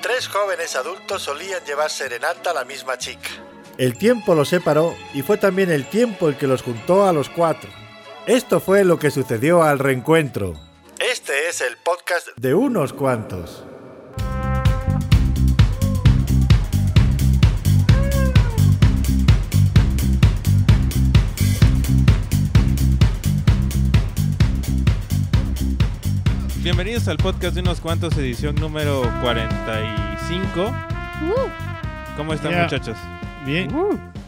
Tres jóvenes adultos solían llevar serenata a la misma chica. El tiempo los separó y fue también el tiempo el que los juntó a los cuatro. Esto fue lo que sucedió al reencuentro Este es el podcast de unos cuantos. Bienvenidos al podcast de unos cuantos, edición número 45. Uh, ¿Cómo están Ya. muchachos? Bien,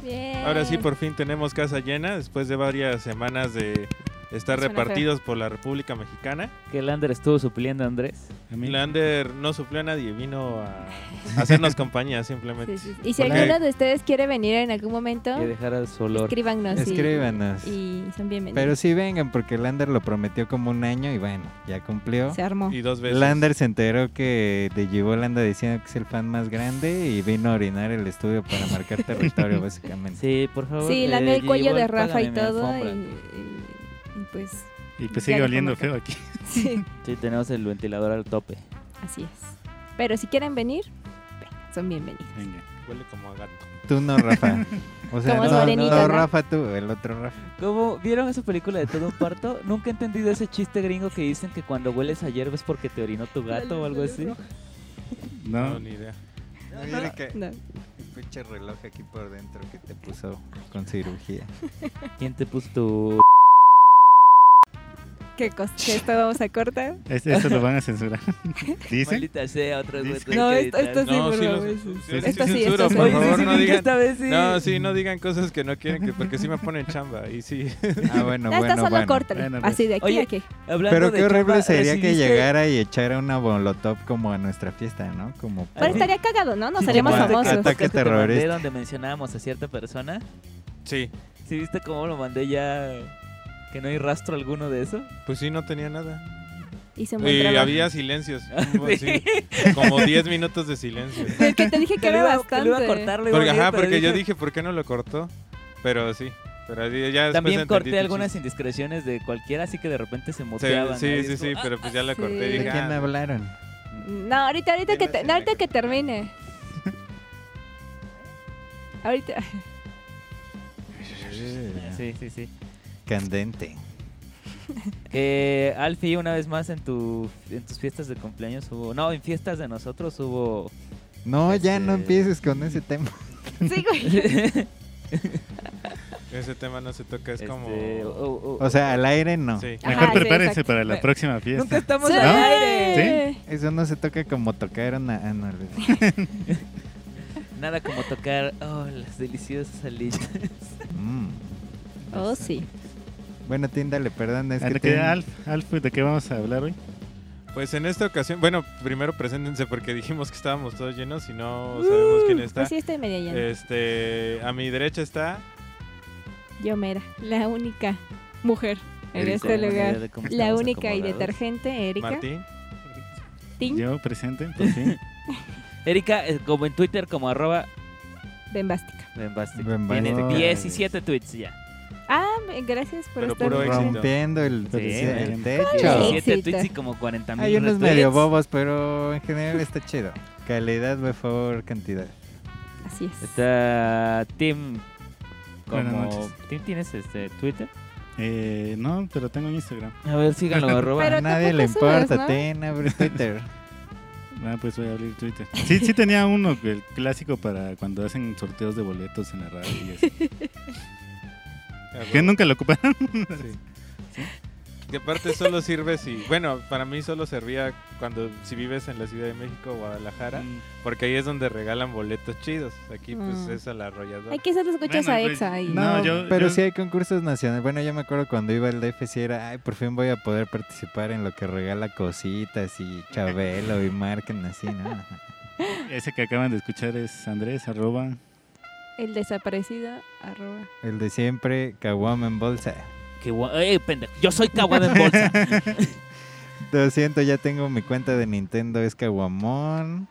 Bien. Ahora sí, por fin tenemos casa llena después de varias semanas de estar Suena repartidos por la República Mexicana. Que Lander estuvo supliendo a Andrés. a mí. Lander no suplió a nadie, vino a hacernos compañía simplemente. Sí, sí, sí. Y si Porque- alguno de ustedes quiere venir en algún momento, Que dejara su olor. escríbanos. y- Escríbanos. Y, son Pero bienvenidos. sí vengan, porque Lander lo prometió como un año y bueno, ya cumplió. Se armó. Y dos veces. Lander se enteró que de Gibol anda diciendo que es el fan más grande y vino a orinar el estudio para marcar territorio, básicamente. Sí, por favor. Sí, le eh, el cuello Gigi, de Bolt, Rafa y págame mi todo. Y, alfombra. y- y pues, Y pues Ya sigue dejó oliendo marca. feo aquí. sí, Sí, tenemos el ventilador al tope. así es. Pero si quieren venir, vengan, son bienvenidos. Venga. Huele como a gato. Tú no, Rafa. O sea, Como no, Morenito, no, ¿no? Rafa, tú, el otro Rafa. ¿Cómo vieron esa película de todo un parto? Nunca he entendido ese chiste gringo que dicen que cuando hueles a hierba es porque te orinó tu gato o algo así. No, No, ni idea. Mira que No. pinche reloj aquí por dentro que te puso con cirugía. ¿Quién te puso tu...? ¿Qué, cos- qué esto vamos a cortar? es- eso lo van a censurar. ¿Dicen? Maldita sea, otra vez. Dice- voy a No, tener esto- que editar. esto sí. No, sí, por los- favor, sí, Esto sí, censuro, esto sí. por Oye, sí, favor, sí, no que digan. esta vez sí. No, sí, no digan cosas que no quieren, que porque sí me ponen chamba. Y sí, Ah, bueno, No, esto bueno, solo bueno. córtalo, Bueno, pues. así de aquí Oye, a aquí. Hablando Pero de qué horrible chamba, sería que ¿recibiste- llegara y echara una bolotop como a nuestra fiesta, ¿no? Como Pero por- estaría cagado, ¿no? Nos Sí, haríamos ¿viste que famoso. famosos. Este el podcast Ataque que te mandé terrorista. donde mencionábamos a cierta persona. sí. ¿Sí viste cómo lo mandé ya? Que no hay rastro alguno de eso. Pues sí, no tenía nada. Hice un buen Y trabajo. eh, había silencios. Sí. sí, como 10 minutos de silencio. Del que te dije que lo era iba- bastante. lo iba a cortar, lo iba a Porque, abrir, ajá, pero porque yo dije- dije, ¿por qué no lo cortó? Pero sí, pero sí, ya después También entendí corté tu algunas chiste. indiscreciones de cualquiera, así que de repente se Sí, moteaban. sí, ahí, sí, es sí, como, "Ah, pero pues ya la sí. corté y ¿De dije, quién ah, hablaron? No, ahorita, ahorita que, te- no, ahorita que termine. Ahorita. "Ah". Sí, sí, sí. Candente. Que Eh, Alfie, una vez más en, tu, en tus fiestas de cumpleaños hubo. No, en fiestas de nosotros hubo. No, ya no Este- empieces con ese tema. Sí, güey. ese tema no se toca, es como... este, oh, oh, O sea, al aire no. Sí. Ajá, Mejor sí, prepárense exacto. para la próxima Nunca fiesta. estamos Sí. al aire. Eso no se toca como tocaron a... ah, no, Nada como tocar. Oh, las deliciosas alitas. Mm. Oh, sí. Bueno, tíndale, perdón, es Ah, que... ¿de qué, tiene- Alf, Alf, ¿de qué vamos a hablar hoy? Pues en esta ocasión, bueno, primero preséntense porque dijimos que estábamos todos llenos y no sabemos quién está. Pues sí, estoy media llena. Este, a mi derecha está... Yo, mera, la única mujer en Erika, este una idea lugar. de cómo La estamos única y acomodados. detergente, Erika. Martín. Ting, Yo presente, por fin. Erika, eh, como en Twitter, como arroba Bembástica. Bembastic. Bembastic. Tiene Ay. 17 tweets ya. Ah, me- gracias por Pero estar. puro éxito. Rompiendo el, Sí, el güey. techo. Chao. 17 Éxito. tweets y como 40 mil. Hay unos medio bobos, pero en general está chido. Calidad, por favor, cantidad. Así es. Está Tim. Buenas Como... noches. ¿Tim tienes este Twitter? Eh, no, pero tengo en Instagram. A ver, síganlo, arroba. Pero a nadie le tampoco subes, importa, ¿no? ten, abre Twitter. Ah, pues voy a abrir Twitter. Sí, sí tenía uno, el clásico para cuando hacen sorteos de boletos en la radio y eso. Que nunca lo ocuparon. Sí. Que aparte solo sirve si... Bueno, para mí solo servía cuando... Si vives en la Ciudad de México o Guadalajara, porque ahí es donde regalan boletos chidos. Aquí pues Mm. es al arrollador. Hay que hacer los escuchas Bueno, a pues, Exa ahí. no. No, yo- pero yo- sí hay concursos nacionales. Bueno, yo me acuerdo cuando iba al DF, sí era, ay, por fin voy a poder participar en lo que regala cositas y Chabelo y marquen así, ¿no? Ajá. Ese que acaban de escuchar es Andrés, arroba. El desaparecido, arroba. El de siempre, Caguama en bolsa. Qué gua- ¡Ey, pendejo! Yo soy Caguada en bolsa. Lo siento, ya tengo mi cuenta de Nintendo, es Caguamón.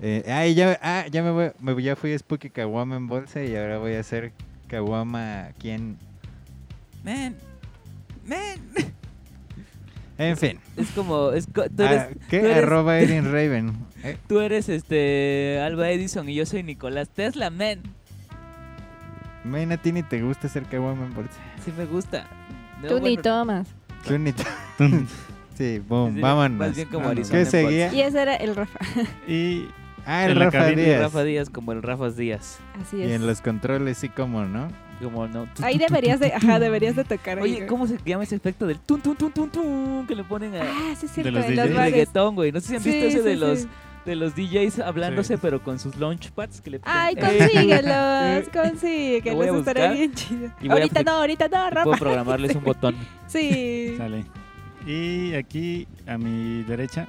Eh, ay, ya, ah, ya me voy, me- ya fui Spooky Caguama en bolsa y ahora voy a ser Caguama, ¿quién? Man. Man. En fin. Es como, es co- tú eres, Ah, ¿Qué? tú eres- Arroba Erin Raven. Eh, tú eres, este Alba Edison y yo soy Nicolás Tesla, man. Main, a ti ni te gusta ser caguama en bolsa. Sí me gusta. No, Tú ni bueno, tomas. Tú ni te- sí, Es boom, decir, vámonos. más bien como Vámonos. Arizona ¿Qué en seguía? Y ese era el Rafa. Y Ah, el En la Rafa cabina, Díaz. Rafa Díaz como el Rafa Díaz. Así es. Y en los controles sí como, ¿no? Como no. Ahí deberías de, ajá, deberías de tocar. ahí, Oye, güey. ¿cómo se llama ese efecto del tun tun tun tun tun que le ponen a Ah, sí, es De cierto, los en DJs. los el bares. reggaetón, güey? No sé si han Sí, visto ese sí, de los sí. de los DJs hablándose Sí. pero con sus launchpads que le ponen. Ay, Eh, consíguelos, consíguelos, voy a eso estará buscar bien chido. y voy a Ahorita apli- no, ahorita no, Puedo Rafa. programarles un botón. Sí. sale. Y aquí a mi derecha,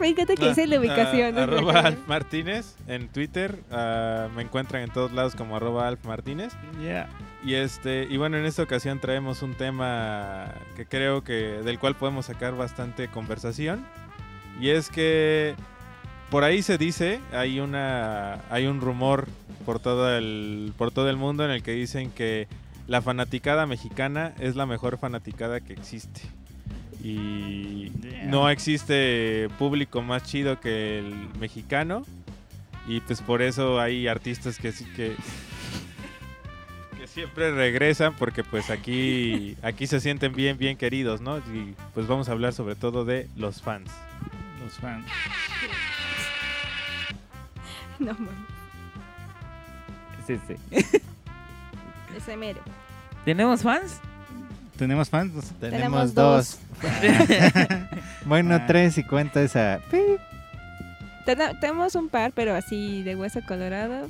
Me encanta que dice la Ah, ubicación. ah, ¿no? arroba Alf Martínez en Twitter. ah, me encuentran en todos lados como arroba Alf Martínez. ya. Y este, y bueno, en esta ocasión traemos un tema que creo que del cual podemos sacar bastante conversación. Y es que por ahí se dice, hay una hay un rumor por todo el por todo el mundo en el que dicen que la fanaticada mexicana es la mejor fanaticada que existe. Y Yeah. no existe público más chido que el mexicano. Y pues por eso hay artistas que sí que, que siempre regresan porque pues aquí, aquí se sienten bien, bien queridos, ¿no? Y pues vamos a hablar sobre todo de los fans. Los fans. No, mames, Sí, sí. ese mero. ¿Tenemos fans? ¿Tenemos fans? Tenemos dos. Bueno, Ah. tres y cuenta esa. Tena- tenemos un par, pero así de hueso colorado.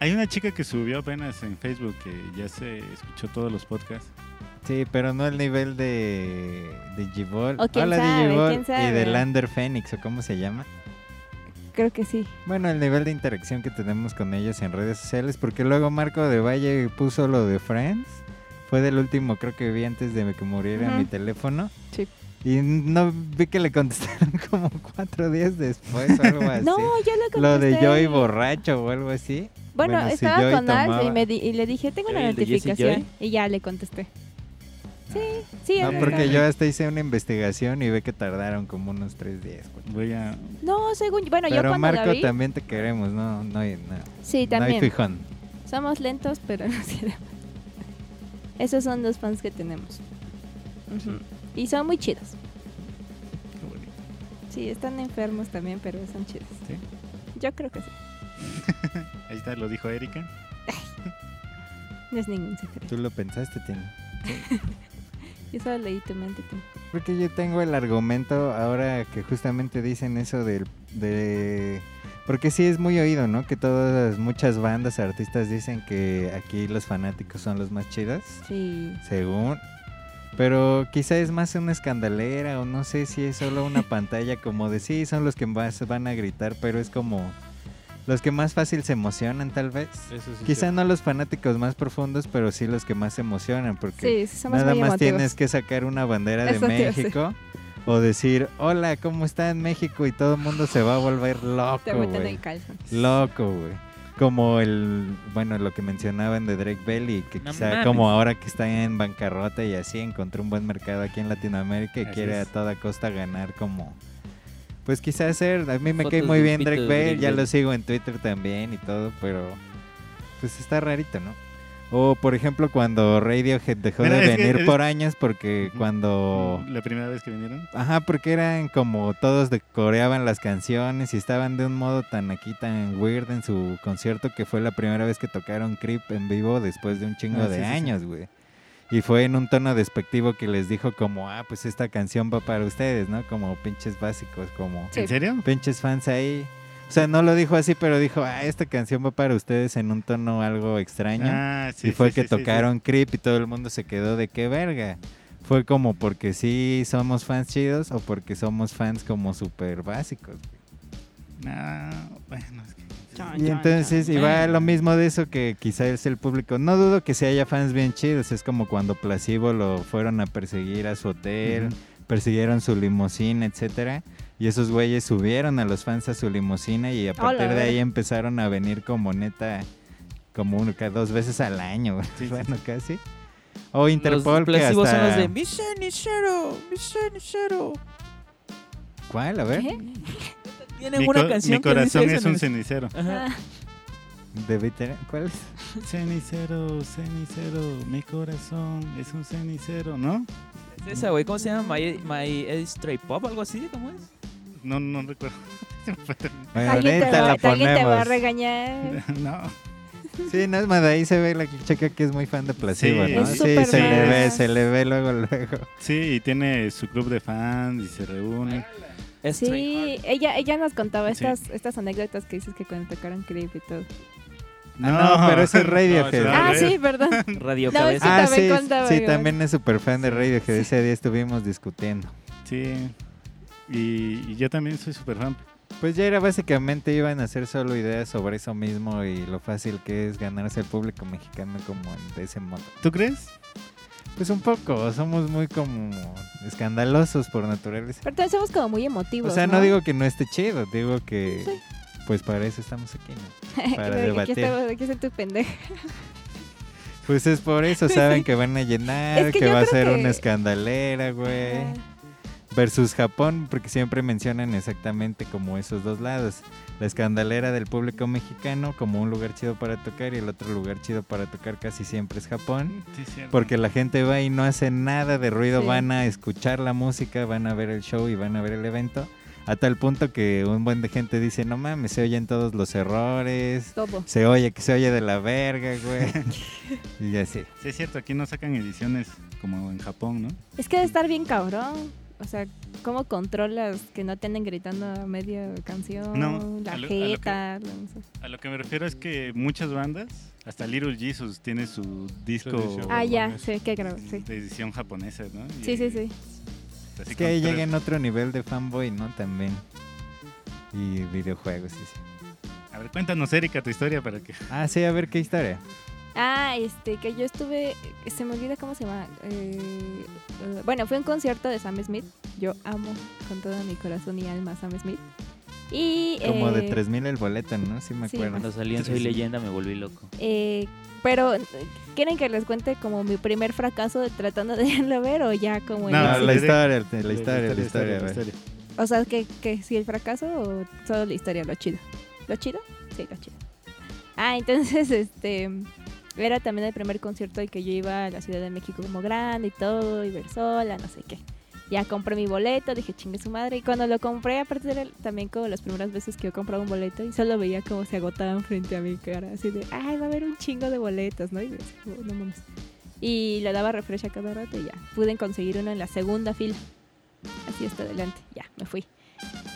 Hay una chica que subió apenas en Facebook que ya se escuchó todos los podcasts. Sí, pero no al nivel de, de Gibol. O quién Hola sabe, Digibol. quién sabe. Y de Lander Fénix, o cómo se llama. Creo que sí. Bueno, el nivel de interacción que tenemos con ellos en redes sociales, porque luego Marco de Valle puso lo de Friends. Fue del último, creo que vi antes de que muriera Ujú. mi teléfono. Sí. Y no vi que le contestaron como cuatro días después o algo así. No, yo lo contesté. Ah, lo de Joy borracho o algo así. Bueno, Bueno, si estaba Joy con Alf y, tomaba. me di- y le dije, tengo una ¿El de Jesse notificación. Y ya le contesté. Sí, sí, No, es porque verdad. yo hasta hice una investigación y ve que tardaron como unos tres días. cuatro. Voy a... No, según... Bueno, yo Pero cuando Marco la vi... también te queremos, no, no, hay- no, Sí, no hay también. fijón. Somos lentos, pero nos queremos. Esos son los fans que tenemos. Ujú. Y son muy chidos. Qué bonito. Sí, están enfermos también, pero son chidos. ¿Sí? Yo creo que sí. Ahí está, lo dijo Erika. No es ningún secreto. Tú lo pensaste, Tim. Yo solo leí tu mente. Tim. Porque yo tengo el argumento ahora que justamente dicen eso del, de... Porque sí es muy oído, ¿no? Que todas, muchas bandas, artistas dicen que aquí los fanáticos son los más chidos, Sí. según... Pero quizá es más una escandalera o no sé si es solo una pantalla como de sí, son los que más van a gritar, pero es como los que más fácil se emocionan tal vez. Eso sí Quizá no los fanáticos más profundos, pero sí los que más se emocionan Sí, porque sí, somos Nada muy más emotivos. tienes que sacar una bandera de Eso te iba a decir. México o decir, hola, ¿cómo está en México? Y todo el mundo se va a volver Te loco, meten güey. el calzón. Loco, güey. Como el, bueno, lo que mencionaban de Drake Bell y que No quizá mames. como ahora que está en bancarrota y así encontró un buen mercado aquí en Latinoamérica y Así quiere es. a toda costa ganar como... Pues quizás ser, a mí me cae Fotos muy del bien pito Drake de Bell, Drake ya lo Bell. sigo en Twitter también y todo, pero pues está rarito, ¿no? O por ejemplo cuando Radiohead dejó Mira, de es que- venir es- por años porque cuando... La primera vez que vinieron. Ajá, porque eran como todos de- coreaban las canciones y estaban de un modo tan aquí, tan weird en su concierto que fue la primera vez que tocaron Creep en vivo después de un chingo Ah, de sí, sí, sí. años, güey. Y fue en un tono despectivo que les dijo como, ah, pues esta canción va para ustedes, ¿no? Como pinches básicos, como Sí. ¿En serio? pinches fans ahí. O sea, no lo dijo así, pero dijo, ah, esta canción va para ustedes en un tono algo extraño Ah, sí. y fue sí, que sí, sí, sí. tocaron Creep y todo el mundo se quedó de qué verga. Fue como porque sí somos fans chidos o porque somos fans como súper básicos. No, bueno, es que... Chon, Y chon, entonces, chon. y va lo mismo de eso que quizá es el público. No dudo que sí haya fans bien chidos. Es como cuando Placebo lo fueron a perseguir a su hotel, persiguieron su limusina, etcétera. Y esos güeyes subieron a los fans a su limusina y a partir de verga. ahí empezaron a venir como neta, como un- ca- dos veces al año, Sí, sí, bueno, casi. O Interpol, los que hasta... placebos son los de Mission is Zero, Mission is Zero. ¿Cuál? A ver. ¿Qué? Tienen mi, una co- canción mi corazón que dice es eso en un el- cenicero. Ajá. Ah, ¿De veteran- ¿Cuál es? Cenicero, cenicero, mi corazón es un cenicero, ¿no? Es esa, güey. ¿Cómo se llama? My, My eh, Stray Pop, algo así, ¿cómo es? No, no recuerdo. Bueno, alguien, te ahorita va, la alguien te va a ponemos. regañar. no. Sí, no, más de ahí se ve la chica que es muy fan de Placebo, Sí. ¿no? Es Sí, súper se le fan. ve, se le ve luego, luego. Sí, y tiene su club de fans y se reúnen. Stray Heart. Sí, ella, ella nos contaba Sí. estas, estas anécdotas que dices que cuando tocaron creep y todo. Ah, No, pero ese es Radiohead. No, Ah, Ah, sí, sí, perdón. Radio No, Cabeza. sí, ah, también sí, contaba, sí, igual. también es súper fan de Radiohead. Ese día estuvimos discutiendo. Sí. Y, y yo también soy super fan. Pues ya era básicamente iban a hacer solo ideas sobre eso mismo y lo fácil que es ganarse al público mexicano como de ese modo. ¿Tú crees? Pues un poco, somos muy como escandalosos por naturaleza. Pero también somos como muy O emotivos. sea, no digo que no esté chido, digo que pues para eso estamos aquí, ¿no? Para Aquí, debatir. estamos, aquí está tu pendejo. Pues es por eso, saben que van a llenar, Es que que, yo va a creo ser que- una escandalera, güey. Versus Japón, porque siempre mencionan exactamente como esos dos lados. La escandalera del público mexicano como un lugar chido para tocar y el otro lugar chido para tocar casi siempre es Japón. Sí, cierto. Porque la gente va y no hace nada de ruido, Sí. van a escuchar la música, van a ver el show y van a ver el evento. A tal punto que un buen de gente dice, no mames, se oyen todos los errores, Todo. se oye que se oye de la verga, güey. y así. Sí, es cierto, aquí no sacan ediciones como en Japón, ¿no? Es que debe estar bien cabrón. O sea, ¿cómo controlas que no te anden gritando a media canción? No, la a lo- a lo que- jeta. no sé. A lo que me refiero es que muchas bandas, hasta Little Jesus tiene su disco edición. Ah, ya, mames. sí, qué grave. Sí, de edición japonesa, ¿no? Y- sí, sí. sí. así Es que ahí con tres- llega en otro nivel de fanboy, ¿no? También. Y videojuegos, sí, sí. A ver, cuéntanos, Erika, tu historia para que... Ah, sí, a ver qué historia. Ah, este, que yo estuve, se me olvida cómo se llama. eh, eh, bueno, fue un concierto de Sam Smith. Yo amo con todo mi corazón y alma a Sam Smith. Y, Como de eh, 3000 el boleto, ¿no? Sí, me sí, acuerdo. Cuando salió en Soy Leyenda me volví loco. eh, pero, ¿quieren que les cuente como mi primer fracaso de tratando de irlo a ver o ya como el No, No, éxito? la sí. historia, la, historia, la historia. a ver. O sea, que, que si el fracaso o solo la historia, lo chido. ¿Lo chido? Sí, lo chido. Ah, entonces, este, era también el primer concierto al que yo iba a la Ciudad de México como grande y todo, y ver sola, no sé qué. Ya compré mi boleto, dije chingue su madre. Y cuando lo compré, aparte era también como las primeras veces que yo compraba un boleto y solo veía como se agotaban frente a mi cara. Así de, ay, va a haber un chingo de boletos, ¿no? Y, yo así como, no mames. Y le daba refresh a cada rato y ya. Pude conseguir uno en la segunda fila. Así hasta adelante, ya, me fui.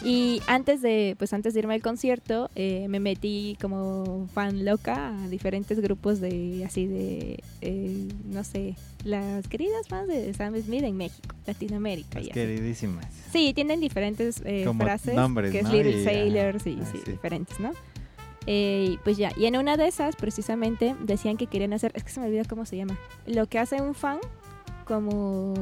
Y antes de, pues antes de irme al concierto, eh, me metí como fan loca a diferentes grupos de, así de, eh, no sé, las queridas fans de Sam Smith en México, Latinoamérica. Las y así. Pues queridísimas. Sí, tienen diferentes eh, Como frases, nombres, que es ¿no? Little Y- Sailors y ah, sí, sí. diferentes, ¿no? Eh, y pues ya, y en una de esas precisamente decían que querían hacer, es que se me olvida cómo se llama, lo que hace un fan como...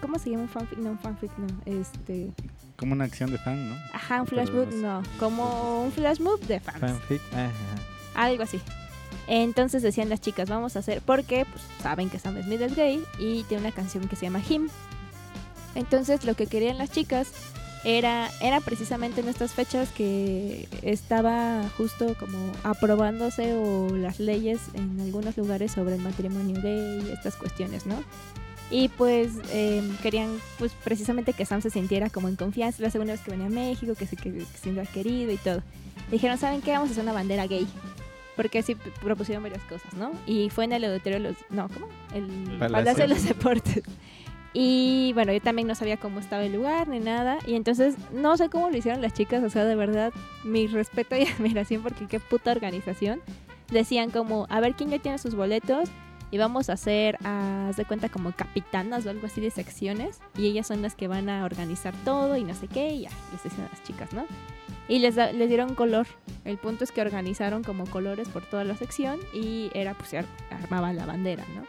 ¿Cómo se llama un fanfic? No, un fanfic no, este... Como una acción de fan, ¿no? Ajá, un Pero flash move, no, no como un flash move de fans, Fanfic. Ajá. algo así. Entonces decían las chicas, vamos a hacer, porque pues, saben que Sam Smith es gay y tiene una canción que se llama Him. Entonces lo que querían las chicas era, era precisamente en estas fechas que estaba justo como aprobándose o las leyes en algunos lugares sobre el matrimonio gay y estas cuestiones, ¿no? Y pues eh, querían pues precisamente que Sam se sintiera como en confianza, la segunda vez que venía a México, que se, que, que se sienta querido y todo. Dijeron, ¿saben qué? Vamos a hacer una bandera gay. Porque así p- propusieron varias cosas, ¿no? Y fue en el auditorio de los... No, ¿cómo? El Palacio. Palacio de los Deportes. Y bueno, yo también no sabía cómo estaba el lugar ni nada. Y entonces no sé cómo lo hicieron las chicas. O sea, de verdad, mi respeto y admiración porque qué puta organización. Decían como, a ver quién ya tiene sus boletos y vamos a hacer, haz de cuenta, como capitanas o algo así de secciones. Y ellas son las que van a organizar todo y no sé qué. Y ya, les decían a las chicas, ¿no? Y les, da- les dieron color. El punto es que organizaron como colores por toda la sección y era, pues, se ar- armaba la bandera, ¿no?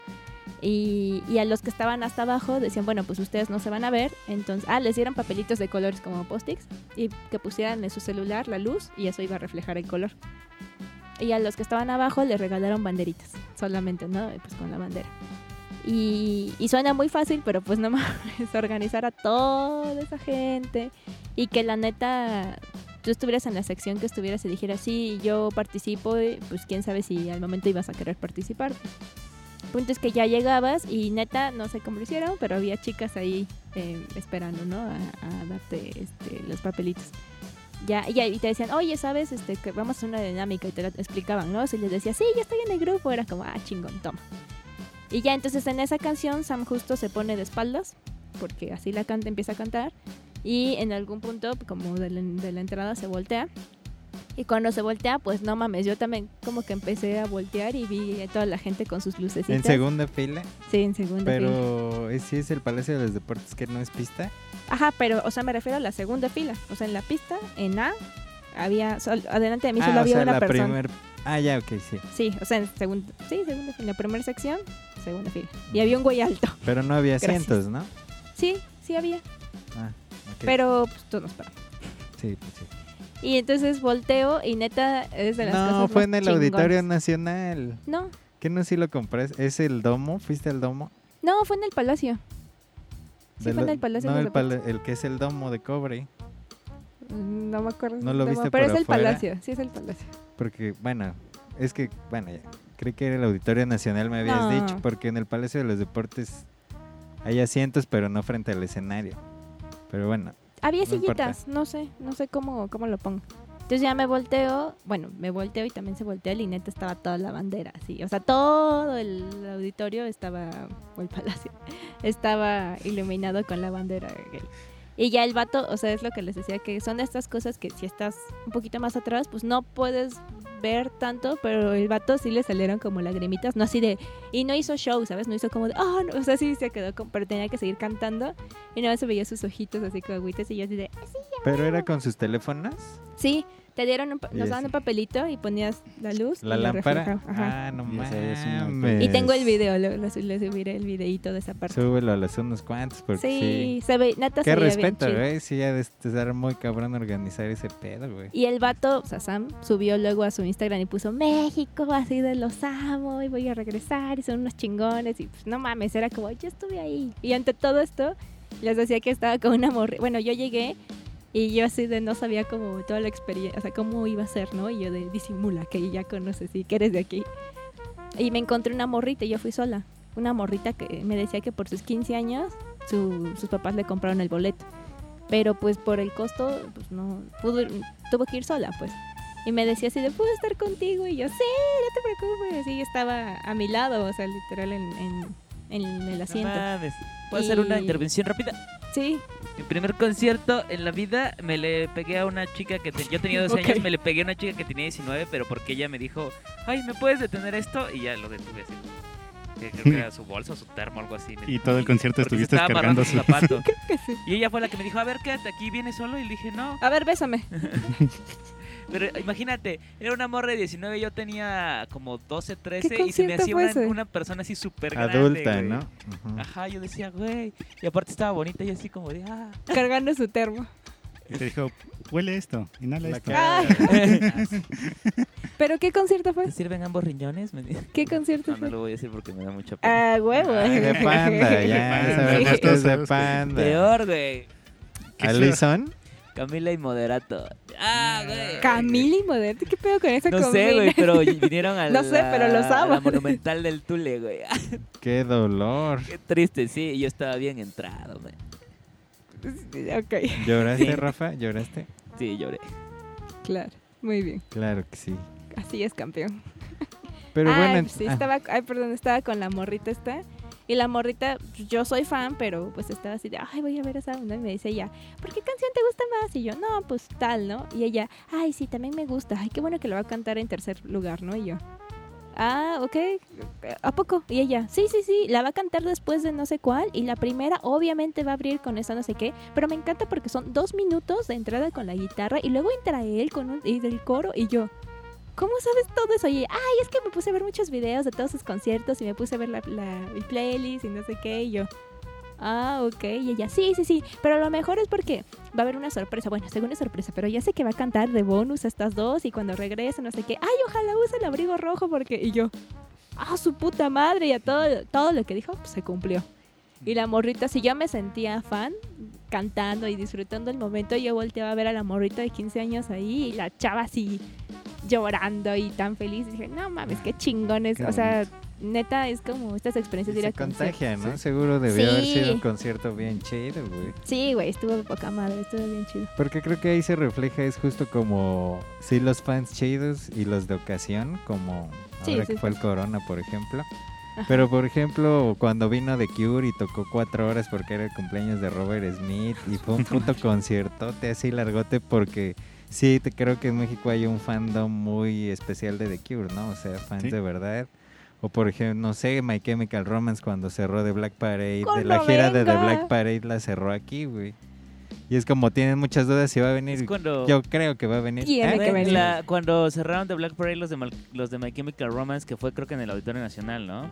Y, y a los que estaban hasta abajo decían, bueno, pues ustedes no se van a ver. Entonces, ah, les dieron papelitos de colores como post-its y que pusieran en su celular la luz y eso iba a reflejar el color. Y a los que estaban abajo les regalaron banderitas, solamente, ¿no? Pues Eh, con la bandera. Y, y suena muy fácil, pero pues no mames, organizar a toda esa gente y que la neta tú estuvieras en la sección que estuvieras y dijeras, sí, yo participo, y, pues quién sabe si al momento ibas a querer participar. El punto es que ya llegabas y neta, no sé cómo lo hicieron, pero había chicas ahí eh, esperando, ¿no? A, a darte este, los papelitos. Ya, ya, y te decían, oye, ¿sabes? Este, que vamos a hacer una dinámica y te lo explicaban, ¿no? Si les decía, sí, ya estoy en el grupo, era como, ah, chingón, toma. Y ya entonces en esa canción Sam justo se pone de espaldas, porque así la canta, empieza a cantar, y en algún punto, como de la, de la entrada, se voltea. Y cuando se voltea, pues no mames, yo también como que empecé a voltear y vi a toda la gente con sus lucecitas. En segunda fila, Sí, en segunda. fila. pero si es el Palacio de los Deportes que no es pista. Ajá, pero, o sea, me refiero a la segunda fila. O sea, en la pista, en A, había, sol- adelante de mí solo ah, o había sea, una la persona. primer... Ah, ya, ok, sí. Sí, o sea, en segunda, sí, segunda fila. Primera sección, segunda fila. Y había un güey alto. Pero no había Gracias. asientos, ¿no? Sí, sí había. Ah, ok. Pero pues, todos nos paramos. Sí, pues sí. Y entonces volteo y neta es de las cosas No, fue en más el Auditorio chingonas. Nacional. No, ¿Qué no si lo compras? ¿Es el domo? ¿Fuiste al domo? no, fue en el Palacio. Sí, De fue en lo- el Palacio No, de el, los pala- el que es el domo de cobre. Mm, No me acuerdo. ¿No lo exactamente, Pero viste por es el afuera? Palacio, sí es el Palacio. Porque, bueno, es que, bueno, ya. Creí que era el Auditorio Nacional, me habías No. dicho. Porque en el Palacio de los Deportes hay asientos, pero no frente al escenario. Pero bueno, Había No importa. sillitas, no sé, no sé cómo, cómo lo pongo. Entonces ya me volteo, bueno, me volteo y también se voltea y neta estaba toda la bandera, así. O sea, todo el auditorio estaba, o el palacio, estaba iluminado con la bandera gay. Y ya el vato, o sea, es lo que les decía, que son estas cosas que si estás un poquito más atrás, pues no puedes ver tanto, pero el vato sí le salieron como lagrimitas, no así de, y no hizo show, ¿sabes? No hizo como de, oh, no", o sea, sí se quedó, con- pero tenía que seguir cantando y nada más se veía sus ojitos así con agüitas y yo así de, pero era con sus teléfonos, Sí, te dieron un pa- Ya nos daban sé. un papelito y ponías la luz. la y lo lámpara. reflejaba. Ajá. Ah, no Ya sabes, un autor. mames. y tengo el video, lo- lo- le subiré el videito de esa parte. Súbelo a los unos cuantos, porque sí, sí. se ve, neta Qué se veía bien respeto, ¿eh? chido. güey. Sí, ya de estar muy cabrón organizar ese pedo, güey. Y el vato, o sea, Sam, subió luego a su Instagram y puso México, así de los amo y voy a regresar y son unos chingones. Y pues no mames, era como, yo estuve ahí. Y ante todo esto, les decía que estaba con una morri. Bueno, yo llegué y yo así de no sabía como toda la experiencia, o sea, cómo iba a ser, ¿no? Y yo de disimula, que ya conoces y que eres de aquí. Y me encontré una morrita y yo fui sola. Una morrita que me decía que por sus 15 años su- sus papás le compraron el boleto. Pero pues por el costo, pues no, pudo, ir- tuvo que ir sola, pues. Y me decía así de, ¿puedo estar contigo? Y yo, sí, no te preocupes. Y estaba a mi lado, o sea, literal en, en- en el No asiento. mames. ¿Puedo hacer una Y- intervención rápida? Sí, Mi primer concierto en la vida me le pegué a una chica que te- yo tenía 12 Ok. años, me le pegué a una chica que tenía 19, pero porque ella me dijo, ay, ¿me puedes detener esto? Y ya lo detuve así. Que Creo que era su bolsa, su termo, algo así. Y todo el concierto Porque se estuviste estaba amarrando descargando su su... zapato. que sí. Y ella fue la que me dijo, a ver, quédate aquí, vienes solo. Y le dije, no. A ver, bésame. Pero imagínate, era una morra de 19, yo tenía como 12, 13 y se me concierto hacía fue una, ese? una persona así súper grande. Adulta, güey. ¿no? Ujú. Ajá, yo decía, güey. Y aparte estaba bonita y así como de, ah. Cargando su termo. Y te dijo, huele esto, inhala La esto. cara. Ah. ¿Pero qué concierto fue? ¿Te sirven ambos riñones? Me dijo. ¿Qué concierto No, no fue? lo voy a decir porque me da mucha pena. Ah, huevo. Ay, de panda, ya Sí. sabemos que es de Sí. panda. Peor, güey. Qué ¿Alison? Camila y Moderato. Ah, güey. Camila y Modete, ¿qué pedo con esa No sé, combina? güey, pero vinieron a No sé, la- pero los a amo. la Monumental del Tule, güey. Ah, Qué dolor. Qué triste, sí. Yo estaba bien entrado, güey. ok, ¿Lloraste, Rafa? ¿Lloraste? Sí, lloré. claro. Muy bien. Claro que sí. Así es, campeón. Pero ay, bueno, pues sí, ah, estaba, ay, perdón, estaba con la morrita esta. Y la morrita, pues, yo soy fan, pero pues estaba así de, ay, voy a ver esa onda. Y me dice ella, ¿por qué canción te gusta más? Y yo, no, pues tal, ¿no? Y ella, ay, sí, también me gusta. Ay, qué bueno que lo va a cantar en tercer lugar, ¿no? Y yo, ah, ok, ¿a poco? Y ella, sí, sí, sí, la va a cantar después de no sé cuál. Y la primera, obviamente, va a abrir con esa no sé qué. Pero me encanta porque son dos minutos de entrada con la guitarra y luego entra él con un, y del coro. Y yo, ¿cómo sabes todo eso? Y ay, es que me puse a ver muchos videos de todos sus conciertos y me puse a ver la, la- mi playlist y no sé qué. Y yo, ah, ok. Y ella, sí, sí, sí. Pero lo mejor es porque va a haber una sorpresa. Bueno, según es sorpresa, pero ya sé que va a cantar de bonus estas dos y cuando regrese, no sé qué. Ay, ojalá use el abrigo rojo porque. Y yo, ¡ah, su puta madre! Y a todo, todo lo que dijo pues, se cumplió. Y la morrita, si yo me sentía fan, cantando y disfrutando el momento, yo volteaba a ver a la morrita de 15 años ahí y la chava así llorando y tan feliz. Y dije, no mames, qué chingones. Qué o sea, neta, es como estas experiencias de ir Se a conciertos. contagia, ¿no? Seguro debió haber Sí. sido un concierto bien chido, güey. Sí, güey, estuvo poca madre, estuvo bien chido. Porque creo que ahí se refleja, es justo como, sí, los fans chidos y los de ocasión, como Sí, ahora sí, que sí. fue el Corona, por ejemplo. Pero, por ejemplo, cuando vino The Cure y tocó cuatro horas porque era el cumpleaños de Robert Smith y fue un puto conciertote así largote porque sí, te creo que en México hay un fandom muy especial de The Cure, ¿no? O sea, fans Sí. de verdad. O por ejemplo, no sé, My Chemical Romance cuando cerró The Black Parade, Con de la gira de The Novenga. Black Parade la cerró aquí, güey. Y es como tienen muchas dudas si va a venir. Es cuando, Yo creo que va a venir. Tiene Ah, que Güey, venir. la- cuando cerraron The Black Parade los de, Mal- los de My Chemical Romance, que fue creo que en el Auditorio Nacional, ¿no? Ujú.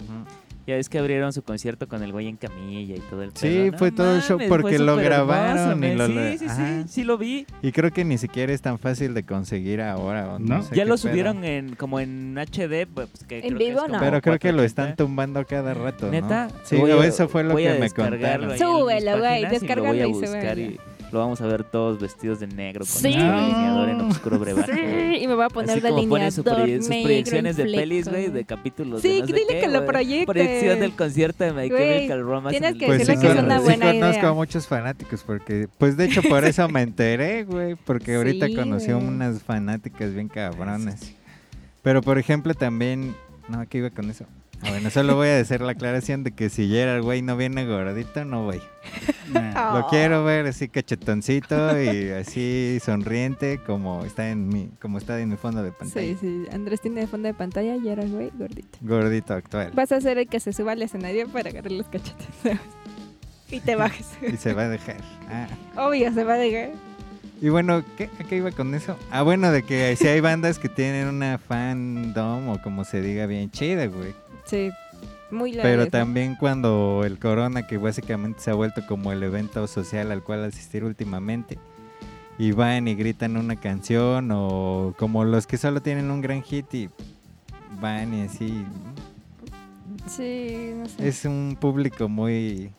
Ya es que abrieron su concierto con el güey en camilla y todo el Sí, pedo. No fue todo el show mames, porque fue lo súper grabaron hermoso, y lo- güey. Sí, sí, ajá. sí, sí lo vi. Y creo que ni siquiera es tan fácil de conseguir ahora. o no No. sé Ya qué lo pedo. subieron en como en HD, pues que ¿En creo que es vivo? como No. Pero creo que lo 480. están tumbando cada rato, ¿no? ¿Neta? Sí, Voy o a- eso fue lo voy a que me descargarlo contaron. ahí en mis Súbelo, güey, páginas y descárgalo y Lo voy a buscar súbelo. y lo vamos a ver todos vestidos de negro con Sí. nuestro delineador en oscuro brebaje. Sí, y me voy a poner Así de como ponen línea sus proye- sus proyecciones de pelis, güey, de capítulos de Sí, no sé dile qué, que lo güey. proyectes. Proyección del concierto de My Güey, Chemical Romance. tienes en el- que Pues decirle que es una sí buena conozco idea. a muchos fanáticos porque, pues de hecho por eso me enteré, güey, porque ahorita Sí, conocí a güey. unas fanáticas bien cabronas. Pero por ejemplo también, no, ¿qué iba con eso? Ah, Bueno, solo voy a hacer la aclaración de que si Gerard, güey, no viene gordito, no voy. Nah. Oh. Lo quiero ver así cachetoncito y así sonriente como está en mi, como está en mi fondo de pantalla. Sí, sí, Andrés tiene de fondo de pantalla y era güey gordito. Gordito actual. Vas a ser el que se suba al escenario para agarrar los cachetes. y te bajes. Y se va a dejar. Ah. Obvio, se va a dejar. Y bueno, ¿qué, ¿a qué iba con eso? Ah, bueno, de que si hay bandas que tienen una fandom o como se diga bien chida, güey. Sí, muy largo. Pero también cuando el corona, que básicamente se ha vuelto como el evento social al cual asistir últimamente, y van y gritan una canción, o como los que solo tienen un gran hit y van y así. Sí, no sé. Es un público muy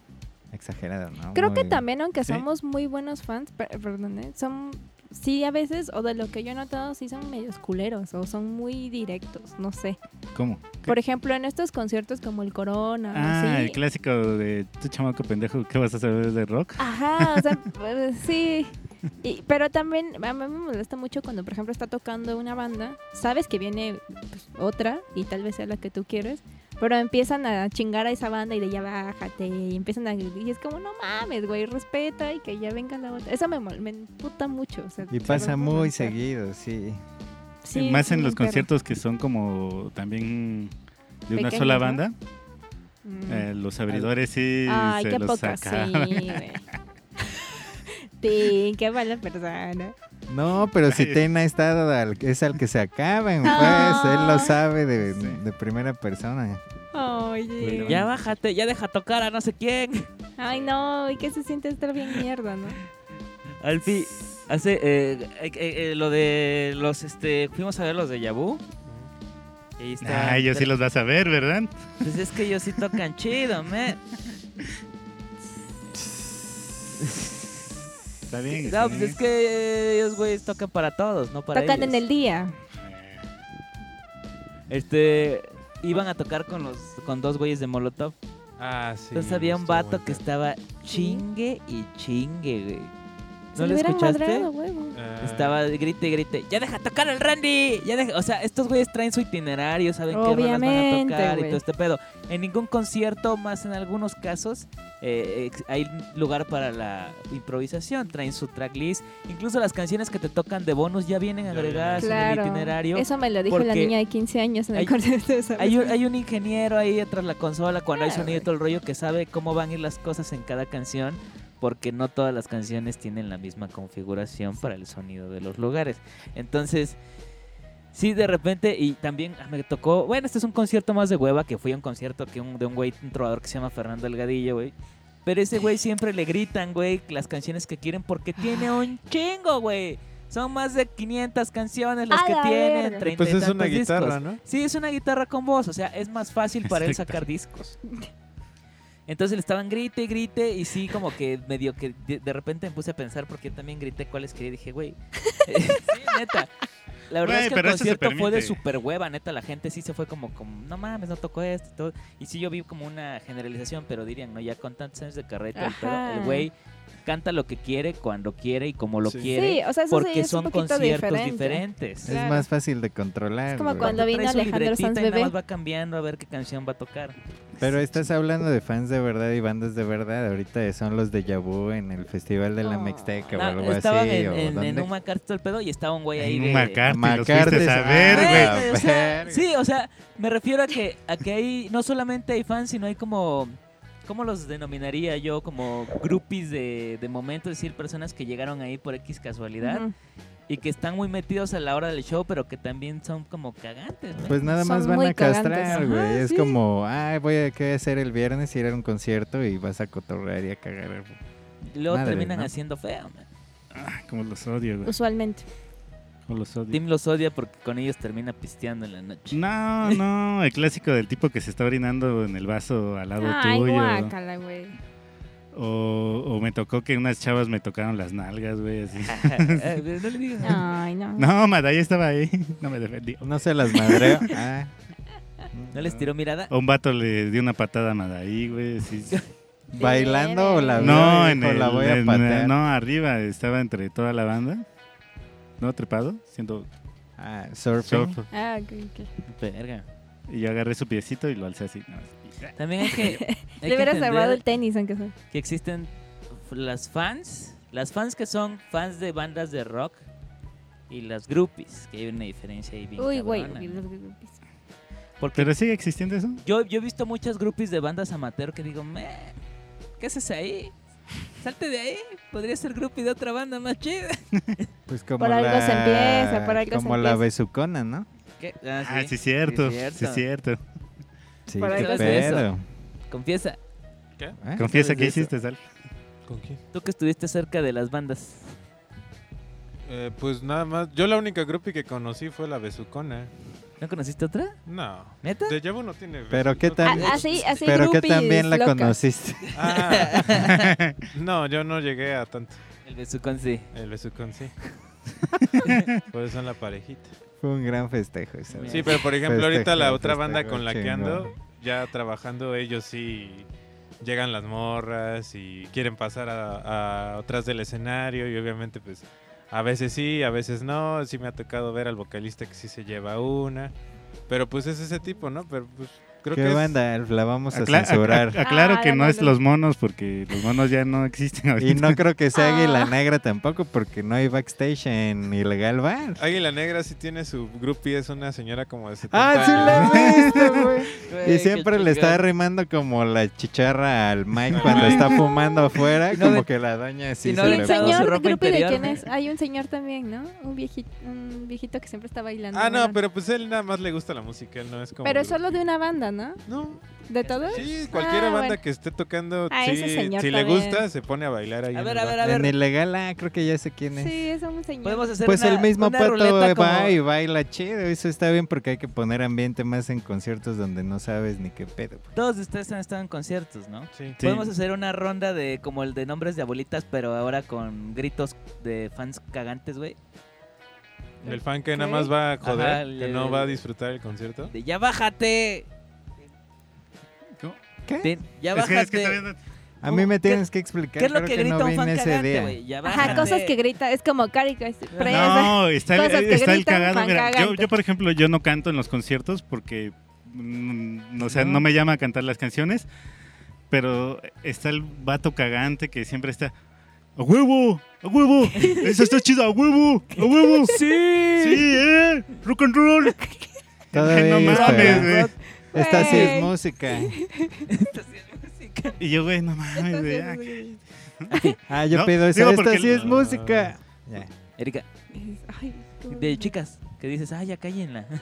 exagerado, ¿no? Creo que Muy- también, aunque Sí. somos muy buenos fans, per- perdón, ¿eh? son. Sí, a veces, o de lo que yo he notado, sí son medios culeros o son muy directos, no sé. ¿Cómo? Por ejemplo, en estos conciertos como el Corona, Ah, así, el clásico de tu chamaco pendejo, ¿qué vas a saber de rock? Ah, Ajá, o sea, pues, sí. Y- pero también a mí me molesta mucho cuando, por ejemplo, está tocando una banda, sabes que viene pues, otra y tal vez sea la que tú quieres, pero empiezan a chingar a esa banda y de ya bájate, y empiezan a y es como, no mames, güey, respeta y que ya venga la otra. Eso me, mol- me emputa mucho. o sea, Y se pasa los voy a muy comentar. seguido, sí. Sí, Más sí en me los emperra. conciertos que son como también de una Pequeños, sola ¿no? banda, Mm. eh, los abridores sí Ay, se qué los poco, sí, sacan. güey. Sí, qué mala persona. No, pero si Tena ha estado al- es al que se acaban, Ah. pues. Él lo sabe de, Sí. de primera persona. Oye. Ya bájate, ya deja tocar a no sé quién. Ay, no, ¿y qué se siente estar bien mierda, no? Alfi hace eh, eh, eh, eh, lo de los este fuimos a ver los de Yabu. Ahí está. Ay, yo sí los vas a ver, ¿verdad? Pues es que ellos sí tocan chido, me. Está bien. No, pues es que ellos güeyes tocan para todos, no para Tocan ellos. en el día. Este iban a tocar con los con dos güeyes de Molotov. Ah, sí. Entonces había un estuvo vato bueno. que estaba chingue y chingue, güey. Se ¿No lo lo hubieran escuchaste? madreado, huevo. Ah, Estaba de grite y grite, ya deja tocar al Randy, ya deja, o sea, estos güeyes traen su itinerario, saben qué rolas van Obviamente, a tocar y güey. todo este pedo. En ningún concierto, más en algunos casos, eh, ex- hay lugar para la improvisación, traen su tracklist, incluso las canciones que te tocan de bonus ya vienen Ya agregadas en Claro. el itinerario. Eso me lo dijo la porque niña de 15 años en el hay- concierto de esa Hay un, vez. hay un ingeniero ahí detrás de la consola cuando hay Claro, sonido y güey. todo el rollo que sabe cómo van a ir las cosas en cada canción porque no todas las canciones tienen la misma configuración para el sonido de los lugares. Entonces, sí, de repente, y también ah, me tocó, bueno, este es un concierto más de hueva, que fui a un concierto que un- de un güey, un trovador que se llama Fernando Delgadillo, güey. Pero ese güey siempre le gritan, güey, las canciones que quieren porque tiene un chingo, güey. Son más de 500 canciones las A que la tienen, verga. 30 Pues y es una tantos guitarra, discos. ¿no? Sí, es una guitarra con voz, o sea, es más fácil para él sacar discos. Entonces le estaban grite, y grite, y sí, como que medio que de, de repente me puse a pensar porque yo también grité cuáles quería y dije, güey. sí, neta. La verdad Güey, es que el pero eso se concierto fue de permite. super hueva, neta. La gente sí se fue como, como no mames, no tocó esto y todo. Y sí, yo vi como una generalización, pero dirían, no, ya con tantos años de carreta, y todo, Ajá. el güey canta lo que quiere, cuando quiere y como lo Sí. quiere. Sí, o sea, eso sí porque es son un poquito conciertos diferente. diferentes. Claro. Es más fácil de controlar. Es como güey. cuando vino Trae su Alejandro libretita Sanz y nada Bebé. más va cambiando a ver qué canción va a tocar. Pero estás hablando de fans de verdad y bandas de verdad. Ahorita son los de Yabu en el Festival de la Oh. Mixteca o No, algo así. estaban en, o en, ¿dónde? en un McCarthy todo el pedo y estaba un güey ahí En de... un McCarthy, los Macartes, fuiste a ah, ver, güey. Güey, güey. o sea, Verga. sí, o sea, me refiero a que, a que hay, no solamente hay fans, sino hay como, ¿cómo los denominaría yo? Como groupies de, de momento, es decir, personas que llegaron ahí por X casualidad Ujú. y que están muy metidos a la hora del show, pero que también son como cagantes, ¿no? Pues nada Son más van muy a cagantes. castrar, Ajá, güey. Es sí. como, ay, voy a ¿qué voy a hacer el viernes, ir a un concierto y vas a cotorrear y a cagar. Y luego madre, terminan ¿no? haciendo feo, man. Ah, como los odio, güey. Usualmente. Como los odio. Tim los odia porque con ellos termina pisteando en la noche. No, no, el clásico del tipo que se está orinando en el vaso al lado Ay, tuyo. guácala, güey. O, o me tocó que unas chavas me tocaron las nalgas, güey, así. Eh, no le digas. Ay, no. No, Madaya estaba ahí, no me defendió. No se las madreo. Ah. ¿No les tiró mirada? Oh. A un vato le dio una patada a Madaí, güey. sí. ¿Bailando o la No, veo y en dijo, el, la voy a en- patear? No, arriba, estaba entre toda la banda. ¿No? Trepado, siento Ah, surfing. surf. Ah, ok, ok. Verga. Y yo agarré su piecito y lo alcé así. nada más. También hay que. hay que Le hubieras entender salvado el tenis, aunque sea. que existen f- las fans, las fans que son fans de bandas de rock y las groupies, que hay una diferencia ahí bien Uy, güey. cabrona, ¿no? Porque ¿Pero sigue existiendo eso? yo, yo he visto muchas groupies de bandas amateur que digo, "Meh, ¿qué haces ahí? Salte de ahí, podría ser groupie de otra banda más chida. Pues como Por algo la, se empieza, por algo se Como la empieza. besucona, ¿no? ¿Qué? Ah, sí, cierto. Sí, Sí, cierto. Sí, Por qué algo se hizo. pedo. Confiesa, ¿Qué? ¿Eh? Confiesa ¿Sabes que eso? hiciste, Sal. ¿Con quién? tú que estuviste cerca de las bandas. Eh, pues nada más. Yo la única groupie que conocí fue la Besucona. ¿No conociste otra? No. ¿Neta? De Yabu no tiene. Pero qué tal- no- Ah, Así, así. Pero que groupies también la locas. conociste. Ah. no, yo no llegué a tanto. El besucón sí. El Besucón sí. Por eso son la parejita. Fue un gran festejo. esa Sí, Sí, vez. pero por ejemplo, ahorita la Festejo, otra banda festejo, con la que chingón. ando, ya trabajando, ellos sí llegan las morras y quieren pasar a, a atrás del escenario y obviamente pues a veces sí, a veces no, sí me ha tocado ver al vocalista que sí se lleva una, pero pues es ese tipo, ¿no? Pero pues creo ¿Qué que es- banda, Alf? La vamos a Acla- censurar. ac- aclaro Ah, que no, no no, es no. los monos porque los monos ya no existen ahorita. Y no creo que sea Águila Ah. Negra tampoco, porque no hay backstage en Ilegal Bar. Águila Negra sí tiene su groupie, es una señora como de 70 ¡Ah, sí años. la he visto, güey! Güey, Y qué siempre le está chingón. arrimando como la chicharra al Mike Al cuando Mike. está fumando afuera, Y no como de- que la doña sí y no se Y de le el Pero con su señor, ropa grupo de interior. quién es. Hay un señor también, ¿no? Un viejito, un viejito que siempre está bailando. Ah, no, bueno. pero pues él nada más le gusta la música, él no es como... Pero groupie. solo de una banda, ¿no? No, ¿De todos? sí, cualquier Ah, banda bueno. que esté tocando, Ah, sí, ese señor si le también. gusta, se pone a bailar ahí. A en ver, el a bar. ver, a En ver. Ilegal, ah, creo que ya sé quién es. Sí, es un señor. Podemos hacer Pues una- el mismo una pato ruleta va como- y baila chido. Eso está bien porque hay que poner ambiente más en conciertos donde no sabes ni qué pedo. güey. Todos de ustedes han estado en conciertos, ¿no? Sí. Sí. Podemos hacer una ronda de como el de nombres de abuelitas, pero ahora con gritos de fans cagantes, güey. El fan que nada Ok. más va a joder, Ajá, que le- no va a disfrutar el concierto. De ya bájate. ¿Qué? Ten- ya Es bájate. que, es que todavía no- A mí me ¿Qué- tienes que explicar. ¿Qué es lo creo que grita no un fan vine ese cagante, día. güey? Ya bájate. Ajá, cosas que grita. Es como Carica. Es presa. No, está, el- Cosas que está el gritan, cagado. fan mira, yo, cagante. yo, por ejemplo, yo no canto en los conciertos porque mm, o sea, no. No. me llama a cantar las canciones, pero está el vato cagante que siempre está ¡A huevo! ¡A huevo! ¡Eso está chido! ¡A huevo! ¡A huevo! ¡Sí! ¡Sí, eh! ¡Rock and roll! Todavía no hay mames, esperanza. güey. Esta sí es Güey. música. Esto sí es música. Y yo, güey, no mames, güey. ah, Entonces, güey, Ah, yo No, pido digo eso. Esta porque- sí es música. Ah. Ya. Erika, dices, ay, qué de bonito. chicas, que dices, ay, ya cállenla.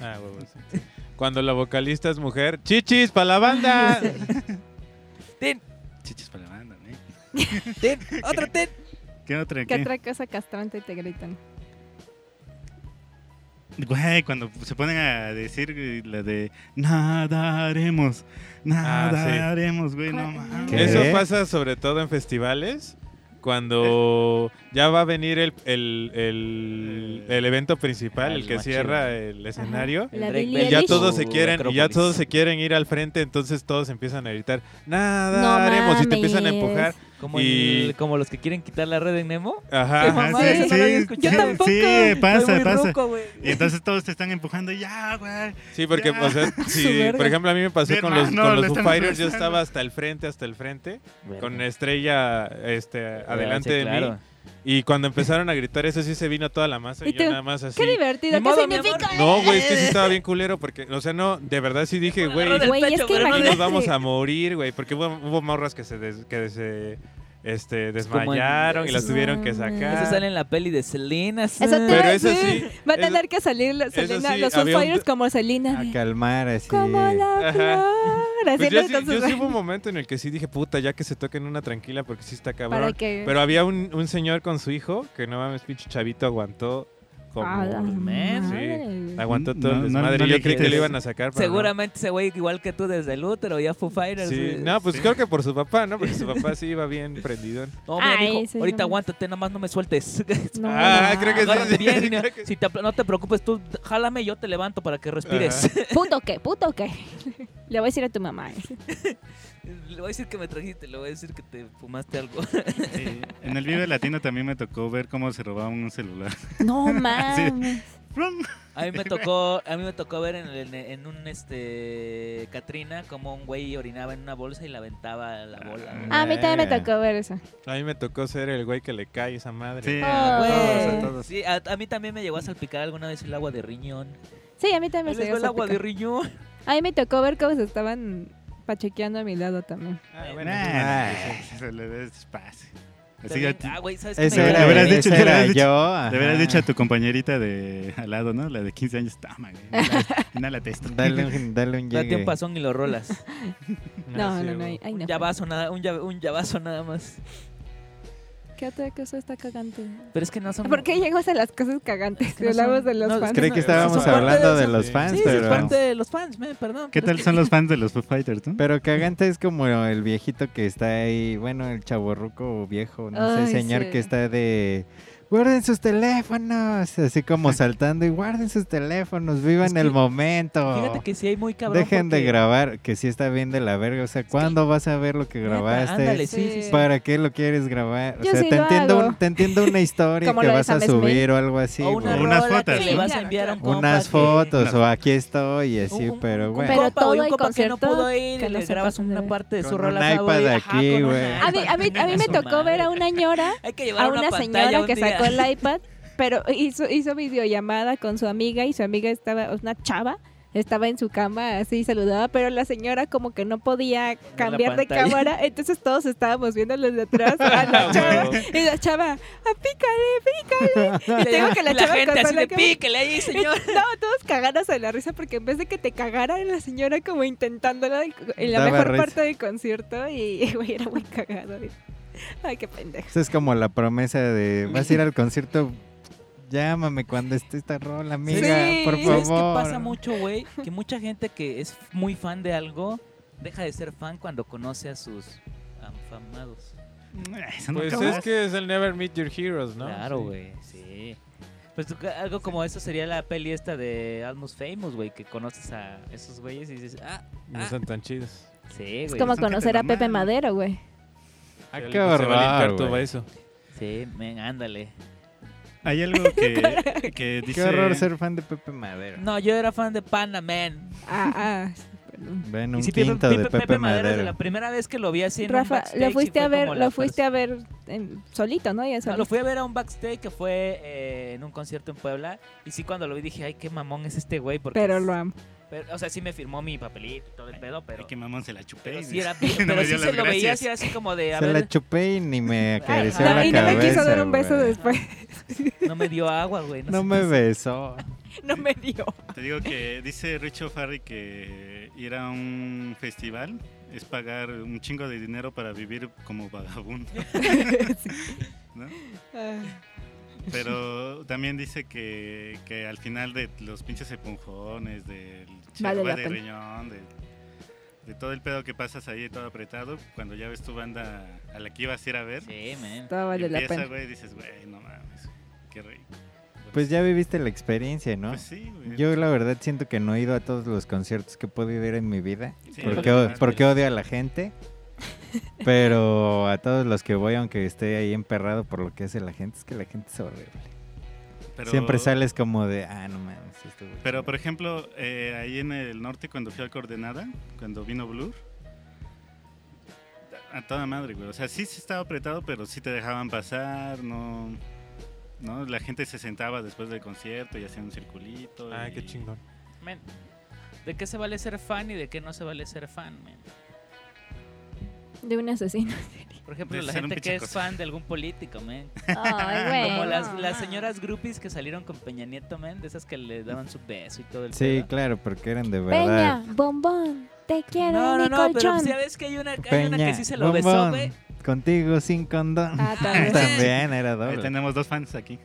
Ah, huevo, sí. Cuando la vocalista es mujer, chichis para la banda. Ten, Chichis para la banda, ¿eh? ten, otro ten. ¿Qué otra? ¿Qué ¿Qué? otra cosa castrante te gritan? Güey, cuando se ponen a decir eh, la de nadaremos, nadaremos, güey, no mames. ¿Qué? Eso pasa sobre todo en festivales. Cuando ya va a venir el, el- el- el evento principal, Ah, el el que más cierra chido. el escenario, La Drake Billie Bell. y ya Eilish. todos se O quieren y ya Acrópolis. todos se quieren ir al frente, entonces todos empiezan a gritar No nada haremos", y te empiezan a mames. empujar. Como, Y- el- como los que quieren quitar la red de Nemo. Ajá. mamá, eso no lo había escuchado. Yo tampoco. sí, Soy pasa, muy pasa. ruco, güey. Y entonces todos te están empujando, ya, güey. Sí, porque Ya. o sea, si, verga. por ejemplo a mí me pasó Bien, con los no, con le los Foo estamos Fighters, yo rezando. estaba hasta el frente, hasta el frente, con Verga. Ah, estrella este adelante Sí, de mí. claro. Y cuando empezaron a gritar eso sí se vino toda la masa Y y, tú, yo nada más así. Qué divertido, Ni ¿qué modo, mi amor. significa? No, güey, es que sí estaba bien culero porque, o sea, no, de verdad sí dije, güey, aquí Güey, es que pero no imagínate. nos vamos a morir, güey, porque hubo, hubo morras que se, des- que se este, como en- desmayaron y las Eso- tuvieron que Eso sale sacar. en la peli de Selena. Eso te Pero va a eso decir. sí, Va a eso- tener que salir la- eso Selena, sí, los Foo había un- Ah, Fighters como Selena. A de, calmar así. Como la Ajá. flor. Así Pues yo, ¿no? sí, yo Entonces, sí hubo un momento en el que sí dije, puta, ya que se toquen una tranquila porque sí está para cabrón. que. Pero había un, un señor con su hijo que no mames, pinche chavito aguantó como... Ah, la man, madre. Aguantó todo No, no, el desmadre. no yo le creí que quites. lo iban a sacar. pero no. Seguramente ese güey, igual que tú, desde el útero, ya Foo Fighters. Sí, eh, no, pues Sí. creo que por su papá, ¿no? Porque su papá sí iba bien prendido. No, mira, Ay, mijo, sí, ahorita no. aguántate, nada más no me sueltes. No, Ah, no. creo que sí. Agárrate bien, niño. creo que- Si te apl- no te preocupes, tú jálame, yo te levanto para que respires. Puto qué, puto qué. Le voy a decir a tu mamá. eh. le voy a decir que me trajiste, le voy a decir que te fumaste algo. Sí. En el Vive Latino también me tocó ver cómo se robaban un celular. No mames. Rum. A mí me tocó, a mí me tocó ver en, el- en un este Katrina como un güey orinaba en una bolsa y la aventaba la bola. güey. A mí también me Eh. Verga. tocó ver eso. A mí me tocó ser el güey que le cae esa madre. Sí, Ah, a todos, güey. a todos. Sí, a, a mí también me llegó a salpicar alguna vez el agua de riñón. Sí, a mí también me Ahí les llegó va a el agua de salpicar. riñón. A mí me tocó ver cómo se estaban pachequeando a mi lado también. Ah, bueno, Nah, sí, sí, sí. eso le des pase. Así que a También- ti- Ah, güey, ¿sabes qué? Ese Me era, Le llegó- hubieras ese dicho, le hubieras era dicho. yo. ah, Le hubieras ajá. dicho a tu compañerita de al lado, ¿no? La de 15 años, tama, güey. Inhálate esto. Dale un, dale un Date un llegue. pasón y lo rolas. No, Ah, sí, no, no. güey. ahí- ahí un no. llavazo nada, un, llave- un llavazo nada más. ¿Qué otra cosa está cagante? Pero es que no son ¿Por qué llegamos a las cosas Es cagantes? que no Hablamos son- de los no, es fans. que Creí que estábamos Eso es parte hablando de de eso, los sí. fans, Sí, sí, es pero. parte de los fans, me, perdón. ¿Qué pero tal es son los fans de los Foo Fighters, no? Pero cagante es como el viejito que está ahí, bueno, el chaborruco viejo, no Ay, sé, señor sí. que está de guarden sus teléfonos, así como saltando y guarden sus teléfonos, vivan Es que- el que- momento. Fíjate que sí hay muy cabrón. Dejen de porque- grabar, que sí está bien de la verga, o sea, ¿cuándo vas a ver lo que Neta, grabaste? ándale, sí, sí, sí. ¿Para qué lo quieres grabar? O Yo sea, sí te lo entiendo, hago. un- te entiendo una historia Como que lo de vas a Sam Smith. subir o algo así, o una güey. güey. Unas rola fotos, que le ¿no? vas a enviar a un compa unas que- fotos Unas- o aquí estoy y así, un- un- pero un bueno. Pero compa, güey, todo un el compa que no concierto pudo ir, que no le se grabas pasó de una ver. parte de su Con rola un iPad favorita, ajá, aquí, con un güey. iPad, A mí, a mí, a mí me su tocó ver a madre. una ñora, Hay que llevar a una pantalla señora un que día. sacó el iPad, pero hizo, hizo videollamada con su amiga y su amiga estaba, una chava, estaba en su cama así saludaba, pero la señora como que no podía cambiar de pantalla. cámara, entonces todos estábamos viendo de atrás Ah, a la chava y la chava, "Ah, pícale, pícale. Y te digo que la, Y chava gente con así solo de que- píquele ahí, señor. No, todos cagados de la risa porque en vez de que te cagara la señora como intentándola en la Daba mejor risa. parte del concierto y güey, era muy cagado. güey. Ay, qué pendejo. Esa es como la promesa de vas a ir al concierto, llámame cuando esté esta rola, amiga, Sí, por es que favor. ¿Sabes qué este pasa mucho, güey? Que mucha gente que es muy fan de algo deja de ser fan cuando conoce a sus afamados. Eh, Eso no Pues acabó. es que es el Never Meet Your Heroes, ¿no? Claro, Sí. güey, sí. Pues tú- algo como eso sería la peli esta de Almost Famous, güey, que conoces a esos güeyes y dices, ah, No son tan chidos. sí, Es güey. como son gente conocer a normal. Pepe Madero, güey. Ah, El- qué se va a limpiar horror, tu güey. beso. Sí, men, ándale. Hay algo que, que dice... Qué horror ser fan de Pepe Madero. No, yo era fan de Pana, man. Ah, ah, sí, perdón. Ven un Y sí, Pepe, quinto de Pepe- Pepe, Pepe Madero, Madero. desde la primera vez que lo vi así en un Rafa, backstage lo y fuiste fue a ver, como la lo fuiste pers- a ver en- solito, ¿no? Ya No, solito. lo fui a ver a un backstage que fue eh, en un concierto en Puebla. Y sí, cuando lo vi dije, ay, qué mamón es este güey. Porque pero es- lo amo. pero- o sea, sí me firmó mi papelito y todo el pedo, pero. Ay, que mamón, se la chupé. Pero y sí, era, no me pero sí dio se las lo veía gracias. así, así como de, a Se la ver, chupé y ni me acarició Ay, la no, y no cabeza. me quiso dar un beso güey. después. no me dio agua, güey. No, No sé me qué besó. No me dio. Te digo que dice Richo Farri que ir a un festival es pagar un chingo de dinero para vivir como vagabundo. Sí. ¿no? Ah, Pero también dice que, que al final de los pinches eponjones, del Vale chihuahua la de pena. riñón, de, de todo el pedo que pasas ahí, todo apretado, cuando ya ves tu banda a la que ibas a ir a ver, Sí, man. todo vale la empieza, pena. güey, y dices, güey, no mames, qué rico. Pues ya viviste la experiencia, ¿no? Pues sí, güey. Yo la verdad siento que no he ido a todos los conciertos que he podido ir en mi vida. Sí, pues, porque, no mames. porque odio a la gente. Pero a todos los que voy, aunque esté ahí emperrado por lo que hace la gente, es que la gente es horrible. Pero- Siempre sales como de, ah, no mames, esto güey". Pero por ejemplo, eh, ahí en el norte, cuando fui al Coordenada, cuando vino Blur, a toda madre, güey. O sea, sí se estaba apretado, pero sí te dejaban pasar, no. ¿no? La gente se sentaba después del concierto y hacían un circulito. Ah, y- qué chingón. Man, ¿De qué se vale ser fan y de qué no se vale ser fan, man? De un asesino. Por ejemplo, De la ser un gente que es pichacoso. fan de algún político, man. Ay, güey. Como las, no, las no. señoras groupies que salieron con Peña Nieto, man. De esas que le daban su beso y todo el Sí, pedo. claro, porque eran de verdad. Peña, bombón, te quiero No, en no, mi no, pero pues colchón. ya ves que hay una, hay una que sí se lo besó, bombón, güey. Contigo sin condón. Ah, también. También era Ahí doble. tenemos dos fans aquí.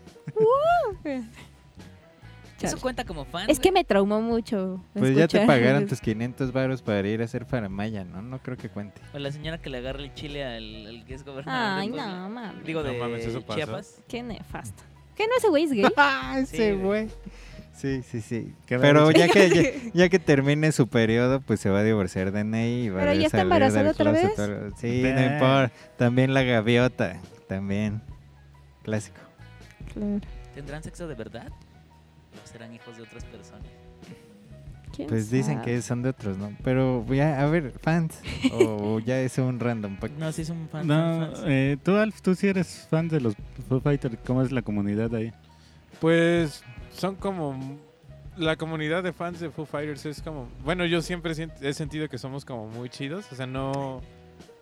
Eso cuenta como fan. Es que güey? me traumó mucho. Pues ya te escuchar. pagaron tus 500 varos para ir a hacer faramaya, ¿no? No creo que cuente. O la señora que le agarra el chile al, al que es gobernador. Ay, de Puebla. no, mames. Digo, No de mames, eso pasó. Chiapas. Qué nefasto. ¿Qué no ese güey es gay? Ah, Sí, ese güey. güey. Sí, sí, sí. Qué Pero barbaridad. ya que, ya, ya que termine su periodo, pues se va a divorciar de Ney. Y va Pero a ya está salir del embarazada otra closet vez. o algo. Sí, no Ve. importa. También la gaviota. También. Clásico. Claro. ¿Tendrán sexo de verdad? ¿O serán hijos de otras personas? ¿Quién Pues dicen sabe? que son de otros, ¿no? Pero ya, a ver, fans. O ya es un random. Pues, pa- No, sí es un fan. No, fan, fan. eh, tú, Alf, tú sí eres fan de los Foo Fighters. ¿Cómo es la comunidad ahí? Pues son como la comunidad de fans de Foo Fighters es como, bueno, yo siempre sient- he sentido que somos como muy chidos, o sea, no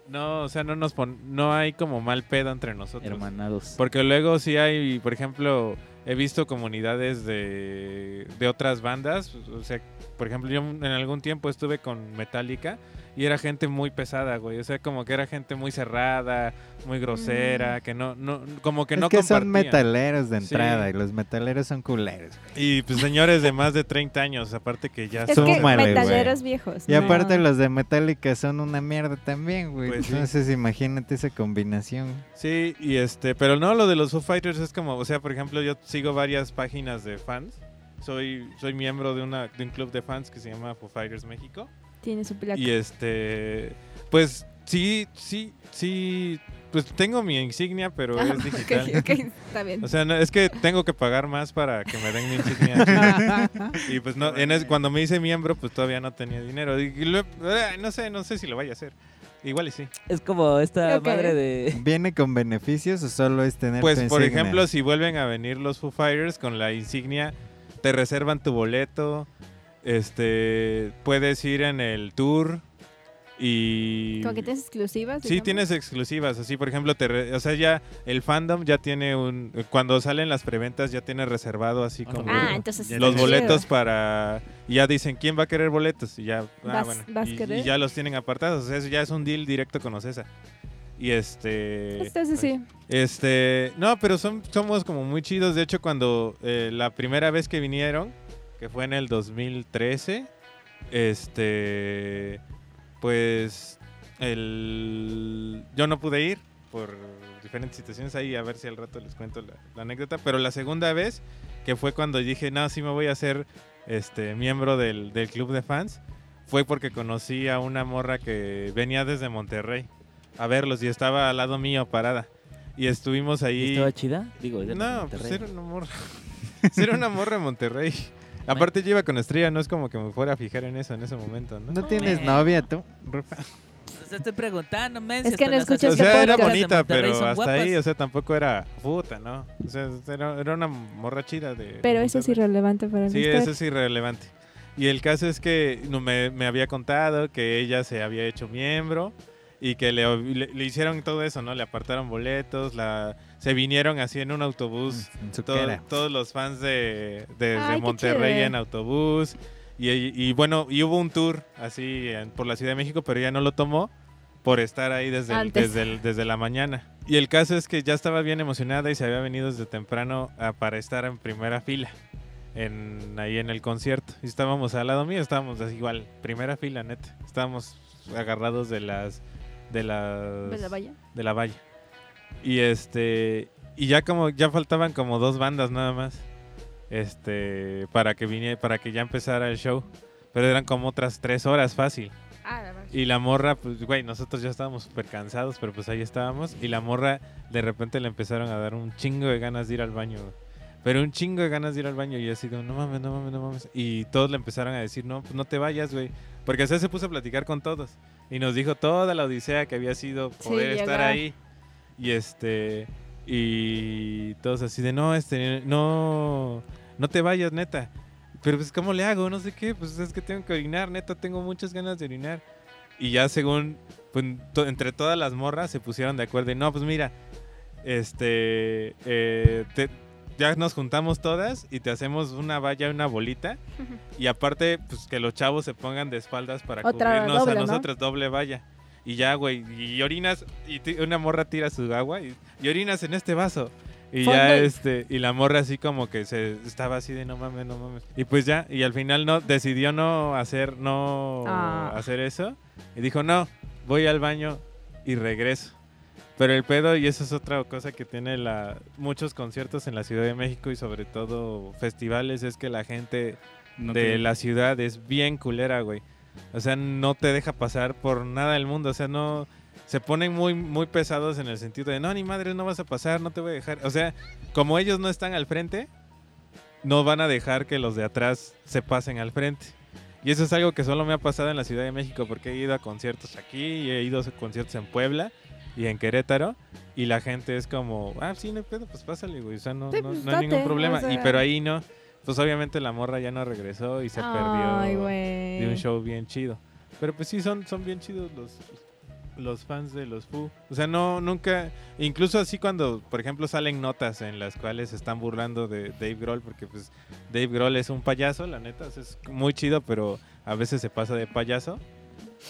no, o sea, no nos pon- no hay como mal pedo entre nosotros. Hermanados. Porque luego sí hay, por ejemplo, he visto comunidades de, de otras bandas. O sea, por ejemplo, yo en algún tiempo estuve con Metallica y era gente muy pesada, güey. O sea, como que era gente muy cerrada, muy grosera, que no, no, como que es no que son compartían. metaleros de Sí. entrada y los metaleros son culeros. Y pues señores de más de 30 años, aparte que ya Es que Súmale, güey. metaleros viejos. Y aparte no. los de Metallica son una mierda también, güey. Pues sí. Entonces imagínate esa combinación. Sí, y este, pero no, lo de los Foo Fighters es como, o sea, por ejemplo, yo sigo varias páginas de fans. Soy, soy miembro de, una, de un club de fans que se llama Foo Fighters México. Tiene su placa. Y este, pues sí, sí, sí, pues tengo mi insignia, pero Ah, es digital. ok, ok, está bien. O sea, no, es que tengo que pagar más para que me den mi Ah. insignia. y pues no, en ese- cuando me hice miembro, pues todavía no tenía dinero. Y lo- ah, no sé, no sé si lo vaya a hacer. Igual y sí. Es como esta Ok. madre de. ¿Viene con beneficios o solo es tener Pues tu por insignia? ejemplo, si vuelven a venir los Foo Fighters con la insignia, te reservan tu boleto, este, puedes ir en el tour y Como que tienes exclusivas. Sí, digamos. tienes exclusivas, así por ejemplo, te re- o sea, ya el fandom ya tiene un cuando salen las preventas ya tiene reservado así Ah, como Ah, entonces. Ya está los chido. boletos para y ya dicen quién va a querer boletos y ya ah, ¿Vas- bueno, vas a y, querer? y ya los tienen apartados, o sea, eso ya es un deal directo con Ocesa. Y este Entonces sí. este, no, pero son, somos como muy chidos. De hecho, cuando eh, la primera vez que vinieron, que fue en el 2013, este, pues el, yo no pude ir por diferentes situaciones ahí, a ver si al rato les cuento la, la anécdota. Pero la segunda vez, que fue cuando dije, no, sí me voy a hacer este, miembro del, del club de fans, fue porque conocí a una morra que venía desde Monterrey a verlos y estaba al lado mío parada. Y estuvimos ¿Y ahí. ¿Estaba chida? Digo, era de No, pues Monterrey. era una morra. Sí, era una morra en Monterrey. Aparte yo iba con estrella, no es como que me fuera a fijar en eso en ese momento, ¿no? ¿No tienes novia tú, Rufa? Pues te estoy preguntando, men. Es si que hasta no las escuchas O Es que sea, asociaciones era podrías- de bonita, Monterrey pero son hasta ahí, guapas. o sea, tampoco era puta, ¿no? O sea, era, era una morra chida de... Pero eso es Monterrey. irrelevante para mí. Sí, eso es irrelevante. Y el caso es que no me, me había contado que ella se había hecho miembro y que le, le- le hicieron todo eso, ¿no? Le apartaron boletos, la, se vinieron así en un autobús, En su todo- cara. todos los fans de, de, de Ay, qué Monterrey chévere. en autobús. Y, y bueno, y hubo un tour así en- por la Ciudad de México, pero ella no lo tomó por estar ahí desde, el- Antes. desde, el- desde la mañana. Y el caso es que ya estaba bien emocionada y se había venido desde temprano a- para estar en primera fila. En, ahí en el concierto. Y estábamos al lado mío, estábamos así igual, primera fila, neta. Estábamos agarrados de las... De las... ¿Ves la valla? de la valla. Y este y ya como ya faltaban como dos bandas nada más. Este para que viniera para que ya empezara el show, pero eran como otras tres horas fácil. Ah, la valla. Y la morra, pues, güey, nosotros ya estábamos súper cansados, pero pues ahí estábamos. Y la morra, de repente le empezaron a dar un chingo de ganas de ir al baño, güey. Pero un chingo de ganas de ir al baño. Y así como, no mames, no mames, no mames. Y todos le empezaron a decir, no, pues no te vayas, güey. Porque así se puso a platicar con todos. Y nos dijo toda la odisea que había sido Sí, poder estar llegar. ahí. Y este. Y todos así de, no, este, no, no te vayas, neta. Pero pues, ¿cómo le hago? No sé qué. Pues es que tengo que orinar, neta, tengo muchas ganas de orinar. Y ya según, pues, to- entre todas las morras se pusieron de acuerdo. Y no, pues mira, este, eh, te- ya nos juntamos todas y te hacemos una valla, una bolita. Y aparte, pues que los chavos se pongan de espaldas para Otra cubrirnos doble, a ¿no? nosotros, doble valla. Y ya, güey, y orinas, y ti- una morra tira su agua y, y orinas en este vaso. Y ya, Fondo. este, y la morra así como que se estaba así de no mames, no mames. Y pues ya, y al final no, decidió no hacer, no Ah. hacer eso. Y dijo, no, voy al baño y regreso. Pero el pedo, y eso es otra cosa que tiene la, muchos conciertos en la Ciudad de México y sobre todo festivales, es que la gente No de te- la ciudad es bien culera, güey. O sea, no te deja pasar por nada del mundo. O sea, no. Se ponen muy, muy pesados en el sentido de, no, ni madre, no vas a pasar, no te voy a dejar. O sea, como ellos no están al frente, no van a dejar que los de atrás se pasen al frente. Y eso es algo que solo me ha pasado en la Ciudad de México, porque he ido a conciertos aquí, y he ido a conciertos en Puebla y en Querétaro, y la gente es como, ah, sí, no hay pedo, pues pásale, güey. O sea, no, Sí, no- pues, no hay date, ningún problema. o sea. Y pero ahí no. Pues obviamente la morra ya no regresó y se Ay, perdió güey. de un show bien chido. Pero pues sí, son, son bien chidos los, los fans de los Foo. O sea, no, nunca, incluso así cuando, por ejemplo, salen notas en las cuales se están burlando de Dave Grohl, porque pues Dave Grohl es un payaso, la neta, o sea, es muy chido, pero a veces se pasa de payaso.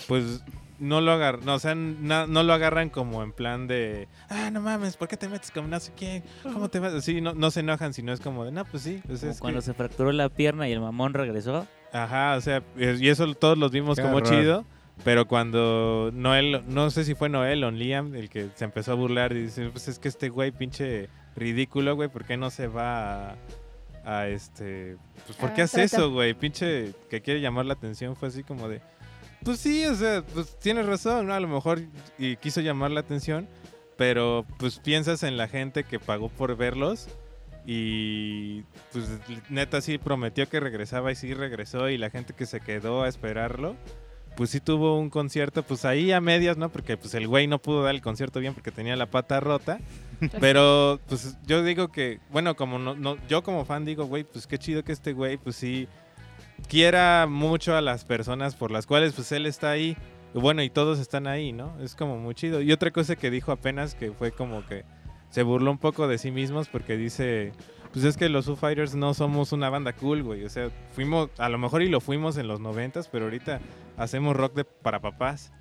Pues no lo agarran, no, o sea, na- no lo agarran como en plan de, ah, no mames, ¿por qué te metes con no sé quién? ¿Cómo te vas? Sí, no, no se enojan, sino es como de, no, pues sí. pues, Como es que- cuando se fracturó la pierna y el mamón regresó. Ajá, o sea, es- y eso todos los vimos Qué como horror. chido, pero cuando Noel, no sé si fue Noel o Liam el que se empezó a burlar y dice, pues es que este güey pinche ridículo, güey, ¿por qué no se va a, a este, pues por A qué hace tratar. eso, güey? Pinche que quiere llamar la atención, fue así como de, pues sí, o sea, pues tienes razón, ¿no? a lo mejor y quiso llamar la atención, pero pues piensas en la gente que pagó por verlos y pues neta sí prometió que regresaba y sí regresó y la gente que se quedó a esperarlo, pues sí tuvo un concierto, pues ahí a medias, ¿no? Porque pues el güey no pudo dar el concierto bien porque tenía la pata rota. Pero pues yo digo que, bueno, como no, no- yo como fan digo, güey, pues qué chido que este güey, pues sí, quiera mucho a las personas por las cuales pues él está ahí. Y Bueno, y todos están ahí, ¿no? Es como muy chido. Y otra cosa que dijo apenas que fue como que se burló un poco de sí mismos porque dice, pues es que los Foo Fighters no somos una banda cool, güey. O sea, fuimos, a lo mejor y lo fuimos en los noventas, pero ahorita hacemos rock de, para papás.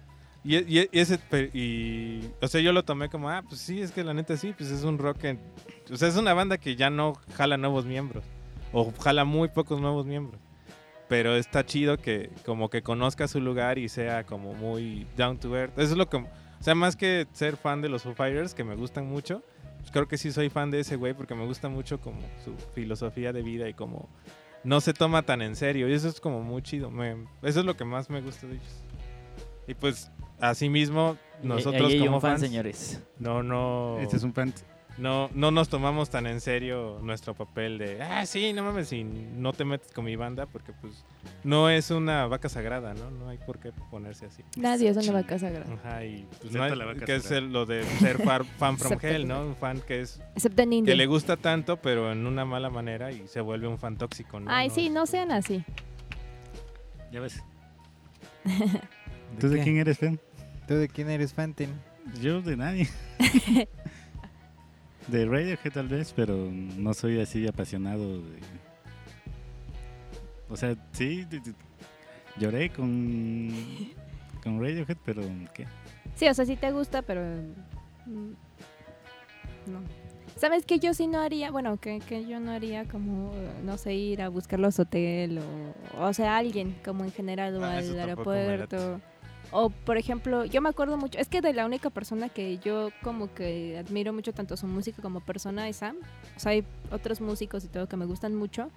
Y, e- y e- y ese, pe- y, o sea, yo lo tomé como, ah, pues sí, es que la neta sí, pues es un rock en- o sea, es una banda que ya no jala nuevos miembros, o jala muy pocos nuevos miembros. Pero está chido que como que conozca su lugar y sea como muy down to earth. Eso es lo que, o sea, más que ser fan de los Foo Fighters, que me gustan mucho, pues creo que sí soy fan de ese güey porque me gusta mucho como su filosofía de vida y como no se toma tan en serio. Y eso es como muy chido. me- eso es lo que más me gusta de ellos. Y pues, asimismo, nosotros Ahí hay como un fan, fans, señores. no, no, Este es un fan. no, no nos tomamos tan en serio nuestro papel de, ah, sí, no mames, y no te metes con mi banda porque pues no es una vaca sagrada, ¿no? No hay por qué ponerse así. Nadie es una vaca sagrada. Ajá, y pues Excepto no hay- la vaca que es sagrada. el- lo de ser far- fan from Excepto hell, tú. ¿no? Un fan que es Excepto en que India. le gusta tanto, pero en una mala manera y se vuelve un fan tóxico. ¿no? Ay, sí, no sean así. Ya ves. ¿De ¿Tú de qué? quién eres fan? ¿Tú de quién eres, Fantin? Yo de nadie. de Radiohead tal vez, pero no soy así apasionado. de- O sea, sí, de- de- lloré con, con Radiohead, pero ¿qué? Sí, o sea, sí te gusta, pero. mm, No. ¿Sabes que yo sí no haría? Bueno, que, que yo no haría como, no sé, ir a buscarlos hotel o. O sea, alguien, como en general, o Ah, eso al tampoco me late. aeropuerto. O, por ejemplo, yo me acuerdo mucho. Es que de la única persona que yo como que admiro mucho tanto su música como persona es Sam. O sea, hay otros músicos y todo que me gustan mucho.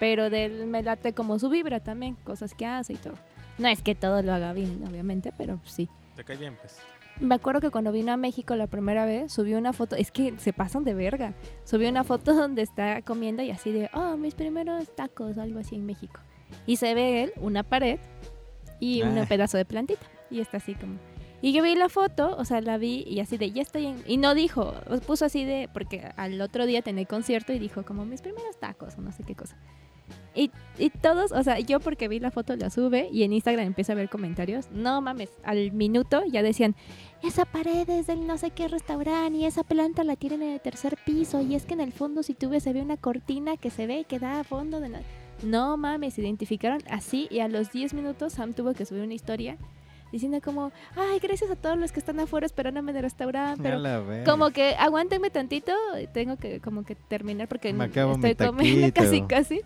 Pero de él me late como su vibra también, cosas que hace y todo. No es que todo lo haga bien, obviamente, pero sí. Te caí bien, pues. Me acuerdo que cuando vino a México la primera vez, subió una foto, es que se pasan de verga. Subió una foto donde está comiendo y así de, oh, mis primeros tacos, o algo así en México. Y se ve él, una pared y un Ah. pedazo de plantita. Y está así como. Y yo vi la foto, o sea, la vi y así de, ya estoy en. Y no dijo, os puso así de, porque al otro día tenía concierto y dijo, como mis primeros tacos, o no sé qué cosa. Y, y todos, o sea, yo porque vi la foto la sube y en Instagram empieza a ver comentarios. No mames, al minuto ya decían, esa pared es del no sé qué restaurante y esa planta la tienen en el tercer piso y es que en el fondo si tú ves se ve una cortina que se ve y que da a fondo de la-". No mames, se identificaron así y a los 10 minutos Sam tuvo que subir una historia diciendo como, ay, gracias a todos los que están afuera esperándome en el restaurante, A Ah, pero la verga. como que aguántenme tantito, tengo que como que terminar porque Me n- acabo mi estoy comiendo taquito. casi casi.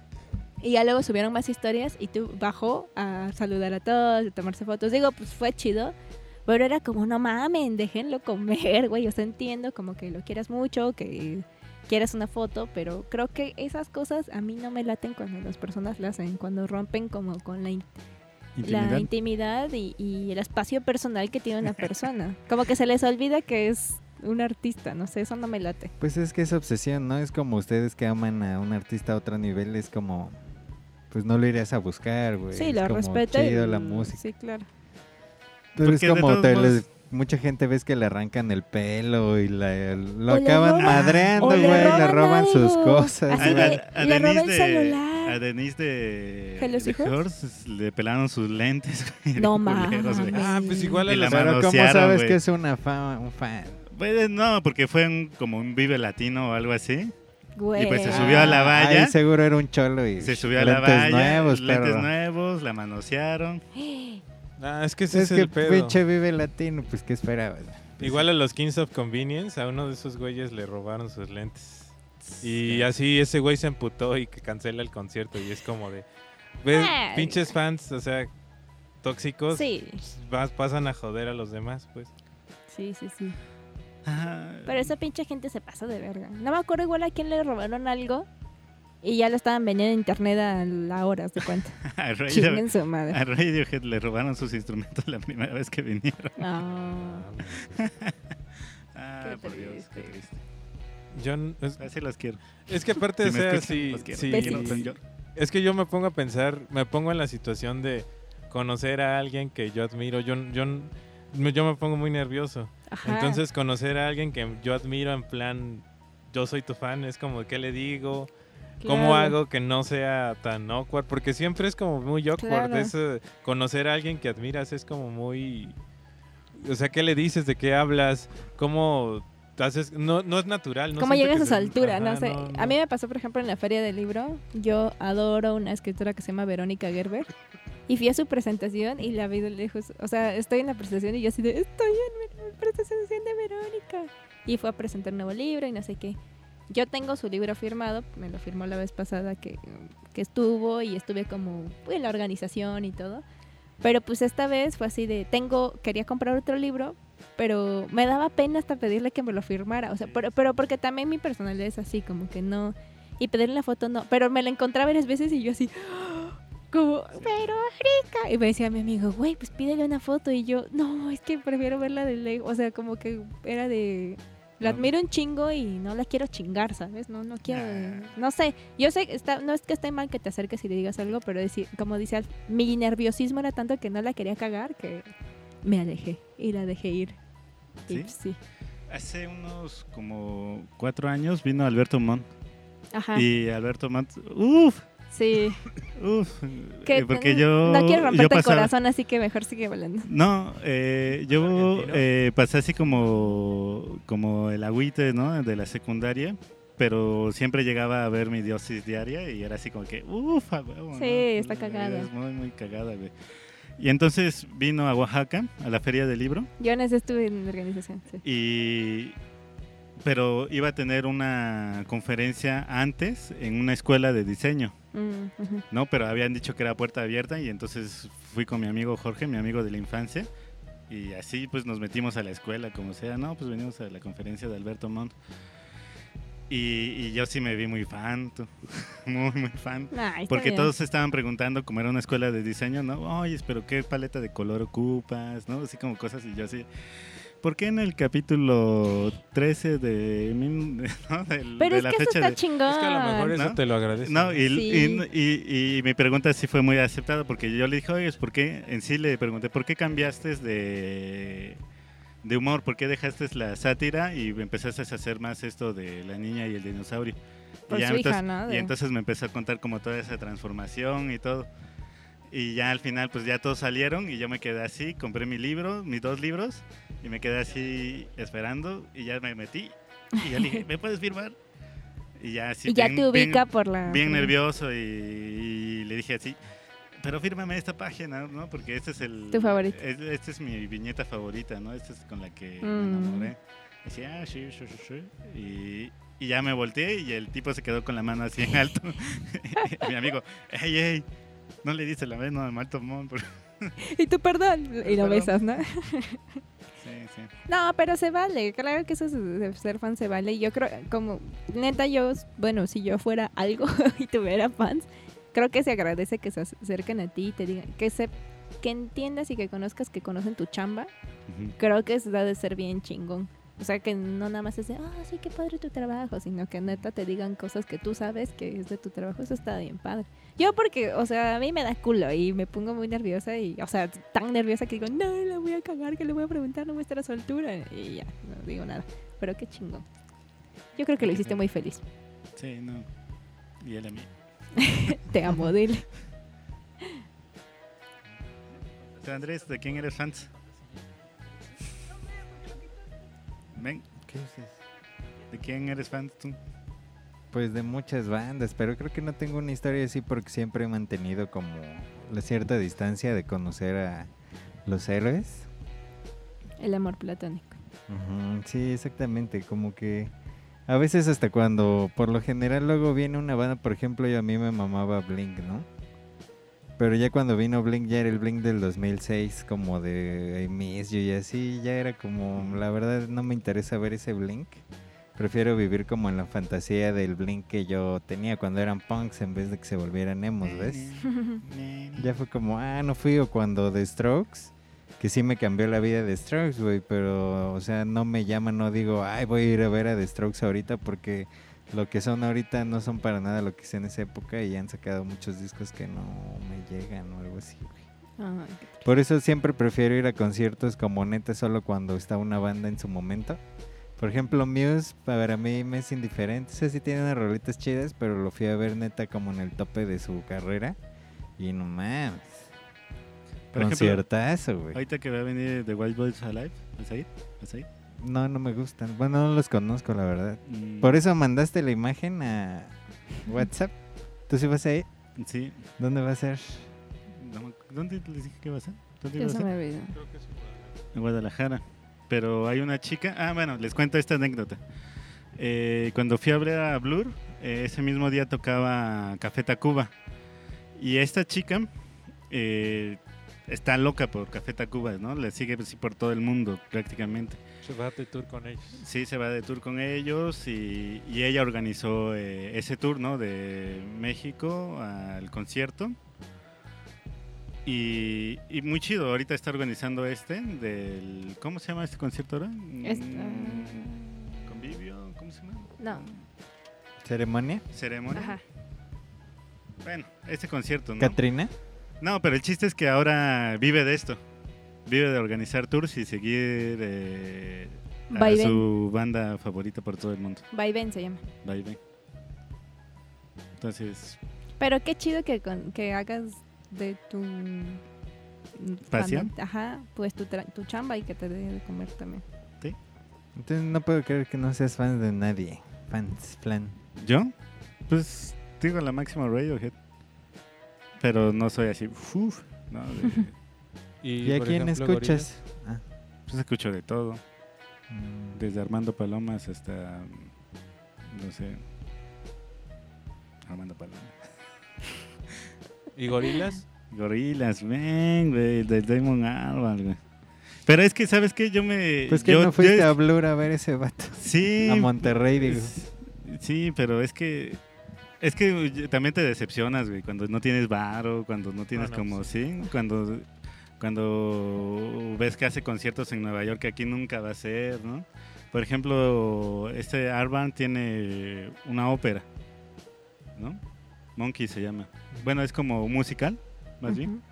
Y ya luego subieron más historias y tú bajó a saludar a todos, a tomarse fotos. Digo, pues fue chido, pero era como, no mamen, déjenlo comer, güey. Yo entiendo como que lo quieras mucho, que quieras una foto, pero creo que esas cosas a mí no me laten cuando las personas las hacen, cuando rompen como con la in- la Intimidad. intimidad y, y el espacio personal que tiene una persona. Como que se les olvida que es un artista, no sé, eso no me late. Pues es que es obsesión, ¿no? Es como ustedes que aman a un artista a otro nivel, es como. Pues no lo irías a buscar, güey. sí, Pues, es lo como respeto. y- mm, chido la música. Sí, claro. Pero es Porque de como todos te- modos- les- mucha gente ves que le arrancan el pelo y la- lo O le acaban roban- madreando, o güey, le le roban roban sus algo. Ah, cosas. Así güey. de- le robé el celular. a Denise de, ¿Que los de hijos? Hearst le pelaron sus lentes. güey, de No culeros, güey. mames. Ah, pues igual a Y la los- Pero ¿cómo manosearon, sabes güey. que es una fa- un fan? Pues, no, porque fue un- como un vive latino o algo así. Güey. pues se subió a la valla. Ay, Ah, seguro era un cholo y Se subió a la lentes valla, nuevos, lentes perro. nuevos, la manosearon. Ah, es que ese Es es, que el pedo. pinche vive latino, pues ¿qué esperabas? Igual a los Kings of Convenience, a uno de esos güeyes le robaron sus lentes. Y así ese güey se emputó y que cancela el concierto. Y es como de. ¿Ves? Ay. Pinches fans, o sea, tóxicos. Sí, vas- pasan a joder a los demás, pues. sí, sí, sí. Ah, Pero esa pinche gente se pasó de verga. No me acuerdo igual a quién le robaron algo y ya lo estaban vendiendo en internet a la hora, ¿de cuenta? a, Radio, Chinguen su madre. a Radiohead le robaron sus instrumentos la primera vez que vinieron. No. Ah, Qué por Dios, triste. qué triste. Yo n- es, Así los quiero. es que aparte, Si o me sea, escuchan, sí, los quiero. sí, Besos. Elton John. Es que yo me pongo a pensar, me pongo en la situación de conocer a alguien que yo admiro. Yo, yo, yo me pongo muy nervioso. Ajá. Entonces, conocer a alguien que yo admiro en plan, yo soy tu fan, es como, ¿qué le digo? ¿Cómo Claro. hago que no sea tan awkward? Porque siempre es como muy awkward. Claro. es, eh, conocer a alguien que admiras es como muy... O sea, ¿qué le dices? ¿De qué hablas? ¿Cómo te haces? No, no es natural. No ¿Cómo siento llegas que a su se- altura? no Ajá, sé. A no. mí me pasó, por ejemplo, en la feria del libro. Yo adoro una escritora que se llama Verónica Gerber. Y fui a su presentación y la vi de lejos. O sea, estoy en la presentación y yo así de, estoy en la presentación de Verónica. Y fue a presentar un nuevo libro y no sé qué. Yo tengo su libro firmado, me lo firmó la vez pasada que, que estuvo y estuve como pues, en la organización y todo. Pero pues esta vez fue así de, tengo, quería comprar otro libro, pero me daba pena hasta pedirle que me lo firmara. O sea, pero, pero porque también mi personalidad es así, como que no. Y pedirle la foto no. Pero me la encontraba varias veces y yo así, ¡ah! como, pero rica. Y me decía mi amigo, güey, pues pídele una foto. Y yo, no, es que prefiero verla de lejos. O sea, como que era de. La No. admiro un chingo y no la quiero chingar, ¿sabes? No, no quiero. Nah. No sé. Yo sé que está, no es que esté mal que te acerques y le digas algo, pero deci- como dice, Alf, mi nerviosismo era tanto que no la quería cagar que me alejé y la dejé ir. Y, ¿Sí? pues, sí. Hace unos como cuatro años vino Alberto Montt. Ajá. Y Alberto Montt, uff, Sí. uff. Que eh, Porque no- yo. No quiero romperte yo el pasaba- corazón, así que mejor sigue hablando. No, eh, yo Argentino. eh, pasé así como, como el agüite, ¿no? De la secundaria. Pero siempre llegaba a ver mi dosis diaria y era así como que, ufa, huevo. Sí, está cagada. Es muy, muy cagada, güey. Y entonces vino a Oaxaca, a la feria del libro, Yo en ese estuve en la organización. sí. y pero iba a tener una conferencia antes en una escuela de diseño, Mm, ujú. ¿no? Pero habían dicho que era puerta abierta y entonces fui con mi amigo Jorge, mi amigo de la infancia, y así pues nos metimos a la escuela, como sea, no, pues venimos a la conferencia de Alberto Montt. Y, y yo sí me vi muy fan, tú. muy, muy fan. Ay, Ah, está Porque bien. todos se estaban preguntando, como era una escuela de diseño, ¿no? Oye, pero qué paleta de color ocupas, ¿no? Así como cosas y yo así. ¿Por qué en el capítulo 13 de, mil- ¿no? Del- Pero de es la que eso fecha está de... chingón. Es que a lo mejor eso ¿No? te lo agradezco. No, y, Sí. y, y- y mi pregunta sí fue muy aceptada porque yo le dije, oye, ¿por qué? En sí le pregunté, ¿por qué cambiaste de, de humor? ¿Por qué dejaste la sátira y empezaste a hacer más esto de la niña y el dinosaurio? Por y, ya Pues su hija, entonces, ¿no? De- y entonces me empezó a contar como toda esa transformación y todo. Y ya al final, pues ya todos salieron y yo me quedé así, compré mi libro, mis dos libros, y me quedé así esperando y ya me metí. Y yo le dije, ¿me puedes firmar? Y ya así. y ya bien- te bien- ubica por la. bien nervioso y, y le dije así, pero fírmame esta página, ¿no? Porque este es el... Tu favorito. es- esta es mi viñeta favorita, ¿no? Esta es con la que me Mm. enamoré. Y decía, ah, sí, sí, sí, sí". Y, y ya me volteé y el tipo se quedó con la mano así en alto. Y mi amigo, hey, hey, no le dices la mano a Malto Mon. porque-". Y tú, perdón. Y lo Perdón. besas, ¿no? Sí, sí. No, pero se vale, claro que eso es- de ser fan se vale. Yo creo, como, neta, yo, bueno, si yo fuera algo y tuviera fans, creo que se agradece que se acerquen a ti y te digan, que se, que entiendas y que conozcas que conocen tu chamba. Ujú. Creo que eso da de ser bien chingón. O sea, que no nada más es de, ah, sí, qué padre tu trabajo, sino que neta te digan cosas que tú sabes que es de tu trabajo. Eso está bien padre. Yo porque, o sea, a mí me da culo y me pongo muy nerviosa y, o sea, tan nerviosa que digo, no, la voy a cagar, que le voy a preguntar, no voy a estar a su altura. Y ya, no digo nada. Pero qué chingón. Yo creo que lo hiciste muy feliz. Sí, no. Y él a mí. Te amo, dile. Tú, Andrés, ¿de quién eres fans? Ven. ¿De quién eres fans tú? Pues de muchas bandas, pero creo que no tengo una historia así porque siempre he mantenido como la cierta distancia de conocer a los héroes. El amor platónico. Ujú, Sí, exactamente, como que a veces hasta cuando por lo general luego viene una banda, por ejemplo, y a mí me mamaba Blink, ¿no? Pero ya cuando vino Blink ya era el Blink del 2006, como de I Miss You y así, ya era como, la verdad no me interesa ver ese Blink. Prefiero vivir como en la fantasía del Blink que yo tenía cuando eran punks en vez de que se volvieran emos, ¿ves? Ya fue como, ah, no fui o cuando The Strokes, que sí me cambió la vida de Strokes, güey, pero, o sea, no me llama, no digo, ay, voy a ir a ver a The Strokes ahorita porque lo que son ahorita no son para nada lo que hice en esa época y han sacado muchos discos que no me llegan o algo así, güey. Ay, qué Por eso siempre prefiero ir a conciertos como neta solo cuando está una banda en su momento. Por ejemplo, Muse para mí me es indiferente. O sea, sí tiene unas rolitas chidas, pero lo fui a ver neta como en el tope de su carrera. Y no mames. Por ejemplo, Conciertazo, güey. Ahorita que va a venir The Wild Boys Alive, ¿vas a ir? ¿Vas a ir? No, no me gustan. Bueno, no los conozco, la verdad. Mm, Por eso mandaste la imagen a WhatsApp. ¿Tú sí vas a ir? Sí. ¿Dónde va a ser? No me- ¿Dónde les dije que vas a ir? ¿Dónde Ya ibas a se ir? me olvidó. En Guadalajara. Pero hay una chica. Ah, bueno, les cuento esta anécdota. Eh, cuando fui a ver a Blur, eh, ese mismo día tocaba Café Tacuba. Y esta chica eh, está loca por Café Tacuba, ¿no? Le sigue así por todo el mundo prácticamente. Chupate tour con ellos. Sí, se va de tour con ellos y, y ella organizó eh, ese tour, ¿no? De México al concierto. Y, y muy chido, ahorita está organizando este, del... ¿Cómo se llama este concierto ahora? Es- Mm, ¿Convivio? ¿Cómo se llama? No. ¿Ceremonia? ¿Ceremonia? Ajá. Bueno, este concierto, ¿no? ¿Catrina? No, pero el chiste es que ahora vive de esto. Vive de organizar tours y seguir eh, a Vaivén. su banda favorita por todo el mundo. Vaivén se llama. va y ven. Entonces, Pero qué chido que, con- que hagas de tu... ¿Pasión? fandom- Ajá, pues tu, tra- tu chamba y que te dé de comer también. Entonces no puedo creer que no seas fan de nadie. Fans, plan. ¿yo? Pues digo la máxima Radiohead. Pero no soy así, uf, no, de- ¿Y, a por quién ejemplo, escuchas? Ah, Pues escucho de todo. mm, Desde Armando Palomas hasta. mm, No sé. Armando Palomas. gorilas. ¿Y gorilas? Gorilas, ven, güey. De Damon Albarn, güey. Pero es que, ¿sabes qué? Yo me. Pues que yo, no fuiste yo- a Blur a ver ese vato. Sí. A Monterrey, digo. es- Sí, pero es que. Es que también te decepcionas, güey. Cuando no tienes varo, cuando no tienes no, como. Sí, cuando. Cuando ves que hace conciertos en Nueva York que aquí nunca va a ser, ¿no? Por ejemplo, este Arban tiene una ópera, ¿no? Monkey se llama. Bueno, es como musical, más bien.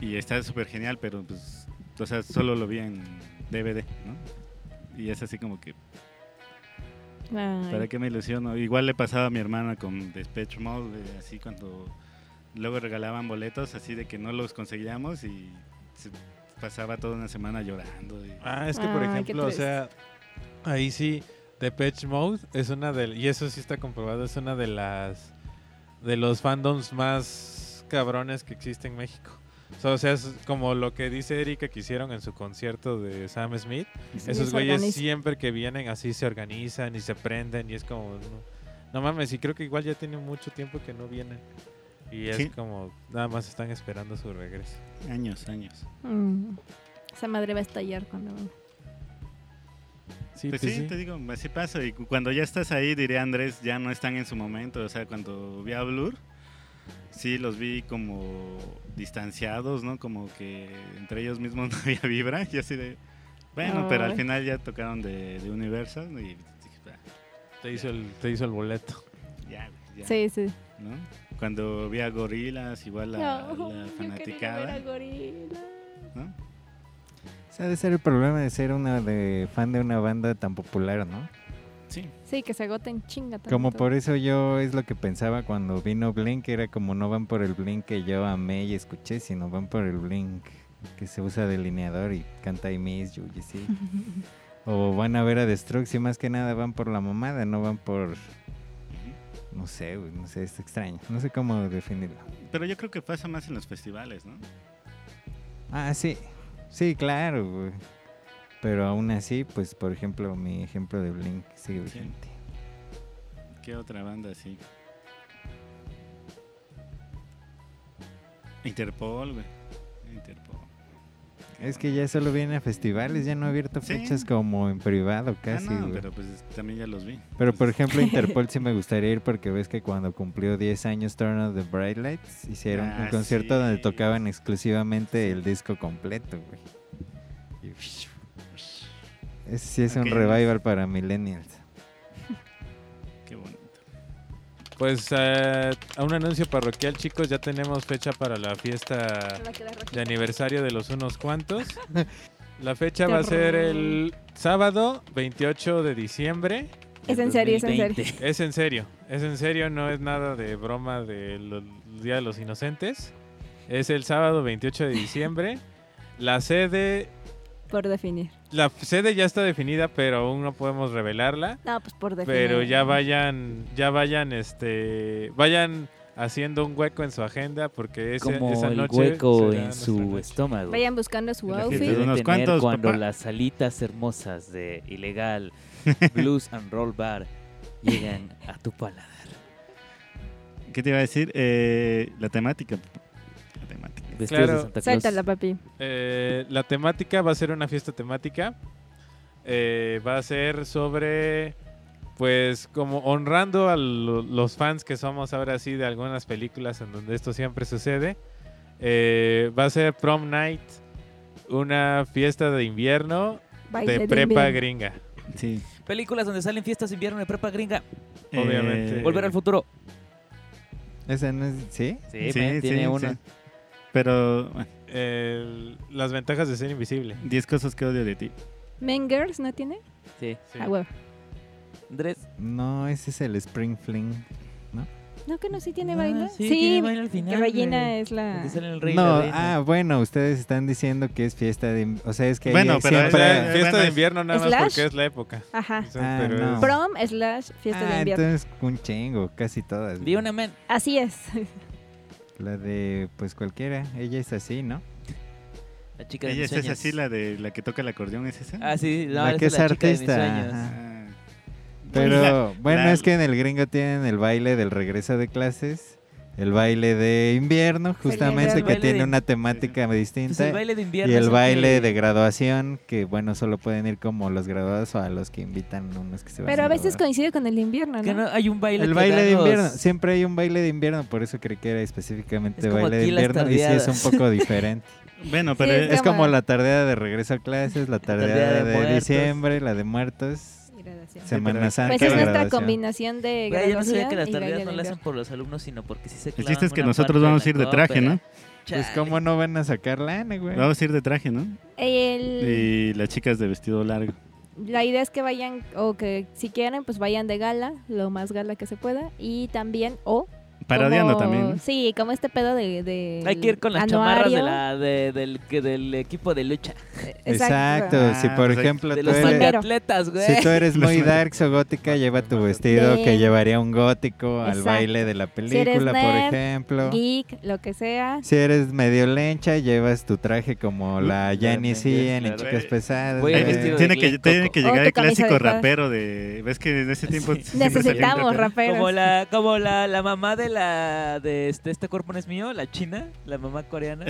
Y está súper genial, pero pues, o sea, solo lo vi en DVD, ¿no? Y es así como que, Ujú. Ay, ¿para qué me ilusiono? Igual le pasaba a mi hermana con Despecho Mode, güey, así cuando luego regalaban boletos, así de que no los conseguíamos y se pasaba toda una semana llorando. y- Ah, es que por Ay, qué ejemplo, o sea, ahí sí, Depeche Mode es una de, y eso sí está comprobado, es una de las, de los fandoms más cabrones que existe en México. O sea, o sea, es como lo que dice Erika que hicieron en su concierto de Sam Smith. sí, Esos se güeyes organiza. siempre que vienen así se organizan y se prenden y es como... No, no mames, y creo que igual ya tiene mucho tiempo que no vienen. Y es Sí. como, nada más están esperando su regreso. Años, años. Mm. Esa madre va a estallar cuando... Sí, Pues pues sí, sí. te digo, así pasa. Y cu- cuando ya estás ahí, diré Andrés, ya no están en su momento. O sea, cuando vi a Blur, sí los vi como distanciados, ¿no? Como que entre ellos mismos no había vibra. Y así de. Bueno, pero al Ay. final ya tocaron de, de Universal. Y dije, "Ah, Te hizo el, te hizo el boleto. ya, ya. Sí, sí. ¿no? Cuando vi a Gorilas, igual la, No, yo la quería ver a fanaticada. Gorila. ¿no? Ese ha de ser el problema de ser una de fan de una banda tan popular, ¿no? Sí, Sí, que se agoten chinga Como tanto. por eso yo es lo que pensaba cuando vino Blink, era como no van por el Blink que yo amé y escuché, sino van por el Blink que se usa delineador y canta I miss you, you see. o van a ver a Destruct y más que nada van por la mamada, no van por... No sé, güey, no sé, es extraño. No sé cómo definirlo. pero yo creo que pasa más en los festivales, ¿no? Ah, sí. Sí, claro, güey. Pero aún así, pues, por ejemplo, mi ejemplo de Blink sigue Sí. vigente. ¿Qué otra banda así? Interpol, güey. Interpol. Ah, Es que ya solo viene a festivales, ya no ha abierto Sí. fechas como en privado casi, ah, no, güey. pero... pero pues también ya los vi. por ejemplo, Interpol sí me gustaría ir porque ves que cuando cumplió 10 años Turn of the Bright Lights, hicieron Ah, un concierto donde sí. tocaban exclusivamente el disco completo, güey. Y- Ese sí es Ok. pues. un revival para millennials. Qué bonito. Pues eh, a un anuncio parroquial, chicos, ya tenemos fecha para la fiesta Se va a quedar de rojita. aniversario de los unos cuantos. La fecha va a ser el sábado 28 de diciembre. Es en serio, es en serio. 2020. Es en serio, es en serio, no es nada de broma del Día de los Inocentes. Es el sábado 28 de diciembre. La sede, Por definir. la sede ya está definida, pero aún no podemos revelarla. No, pues por definir. Pero ya vayan, ya vayan, este, vayan haciendo un hueco en su agenda porque ese- Como esa el noche hueco será en su este. nuestra noche. estómago. Vayan buscando su La Que gente outfit. de debe unos tener cuantos, cuando papá. las alitas hermosas de Ilegal Blues and Roll Bar llegan a tu paladar. ¿Qué te iba a decir? Eh, la temática. La temática. Vestidos Claro. de Santa Claus. Suéltala, papi. Eh, la temática va a ser una fiesta temática. Eh, va a ser sobre, pues, como honrando a lo- los fans que somos ahora sí de algunas películas en donde esto siempre sucede. Eh, va a ser prom night, una fiesta de invierno Baile de prepa invierno. gringa. Sí. Películas donde salen fiestas de invierno de prepa gringa. Eh, Obviamente. Volver al futuro. Esa no es... ¿Sí? Sí, Sí, man, sí, tiene sí. una. Pero bueno, El- las ventajas de ser invisible. 10 cosas que odio de ti. Men Girls, ¿no tiene? Sí. Sí. Ah, huevo. Andrés. No, ese es el Spring Fling. No, que no, sí tiene Ah, baile. Sí, tiene baile al final. Que Regina güey. es la. Donde sale el rey y no, la reina. ah, bueno, ustedes están diciendo que es fiesta de... O sea, es que... Bueno, ahí pero O sea, Eh, siempre... fiesta bueno, de es- invierno nada más Slash. porque es la época. Ajá. O sea, Ah, pero no. es- Pro- Prom slash fiesta Ah, de invierno. entonces un chingo, casi todas. Di güey. una man. Así es. La de, pues cualquiera, ella es así, ¿no? La chica de Ella mis esa es sueños. así, la de la que toca el acordeón, ¿es esa? Ah, sí, no, La esa que es es la chica de mis artista, sueños. ajá. Ah. Pues Pero bueno, la- es que en el gringo tienen el baile del regreso de clases, el baile de invierno, el justamente que baile tiene de- una temática Pues distinta. el baile de invierno. Y es el baile que- de graduación, que bueno, solo pueden ir como los graduados o a los que invitan unos que se van Pero a veces graduar. coincide con el invierno, que ¿no? no, hay un baile El que baile dan de los- invierno, siempre hay un baile de invierno, por eso creí que era específicamente Es como baile de aquí las invierno y sí es un tardeadas. poco diferente. Bueno, Sí, pero es como Cámara. la tardeada de regreso a clases, la tardeada tardeada, de de, muertos. diciembre, la de muertos, Y graduación. Sí, pero- Semana Pues Santa. Pues es nuestra graduación. combinación de Güey, yo no sabía que las graduación y baile tardeadas no de las hacen invierno. por los alumnos, sino porque sí se el clavan chiste es que una nosotros parte vamos a la ir de traje, ¿no? cópera. Pues Chale. cómo no van a sacar lana, güey. Vamos a ir de traje, ¿no? El- Y las chicas de vestido largo. La idea es que vayan, o que si quieren, pues vayan de gala, lo más gala que se pueda. Y también, o. Parodiando como- también. ¿no? Sí, como este pedo de. de Hay que ir con las chamarras de la, de- del, que- del equipo de lucha. Exacto, Ah, si por pues hay- ejemplo De tú los Pero- eres, atletas, güey. si tú eres Los muy mando. darks o gótica, lleva tu vestido que Bien. llevaría un gótico al Exacto. baile de la eres película, por nerd, ejemplo. Geek, lo que sea. Si eres medio lencha, llevas tu traje como la Janice Claro, Ian en claro. Chicas Pesadas. Voy güey. al vestido de Eh, tiene, Glen que, tiene Coco. que O llegar tu el Oh, camisa clásico adecuada. rapero de... ¿Ves que en ese tiempo siempre salía un Necesitamos rapero? Como raperos. la, como la, la mamá de la de este, este cuerpo no es mío, la china, la mamá coreana,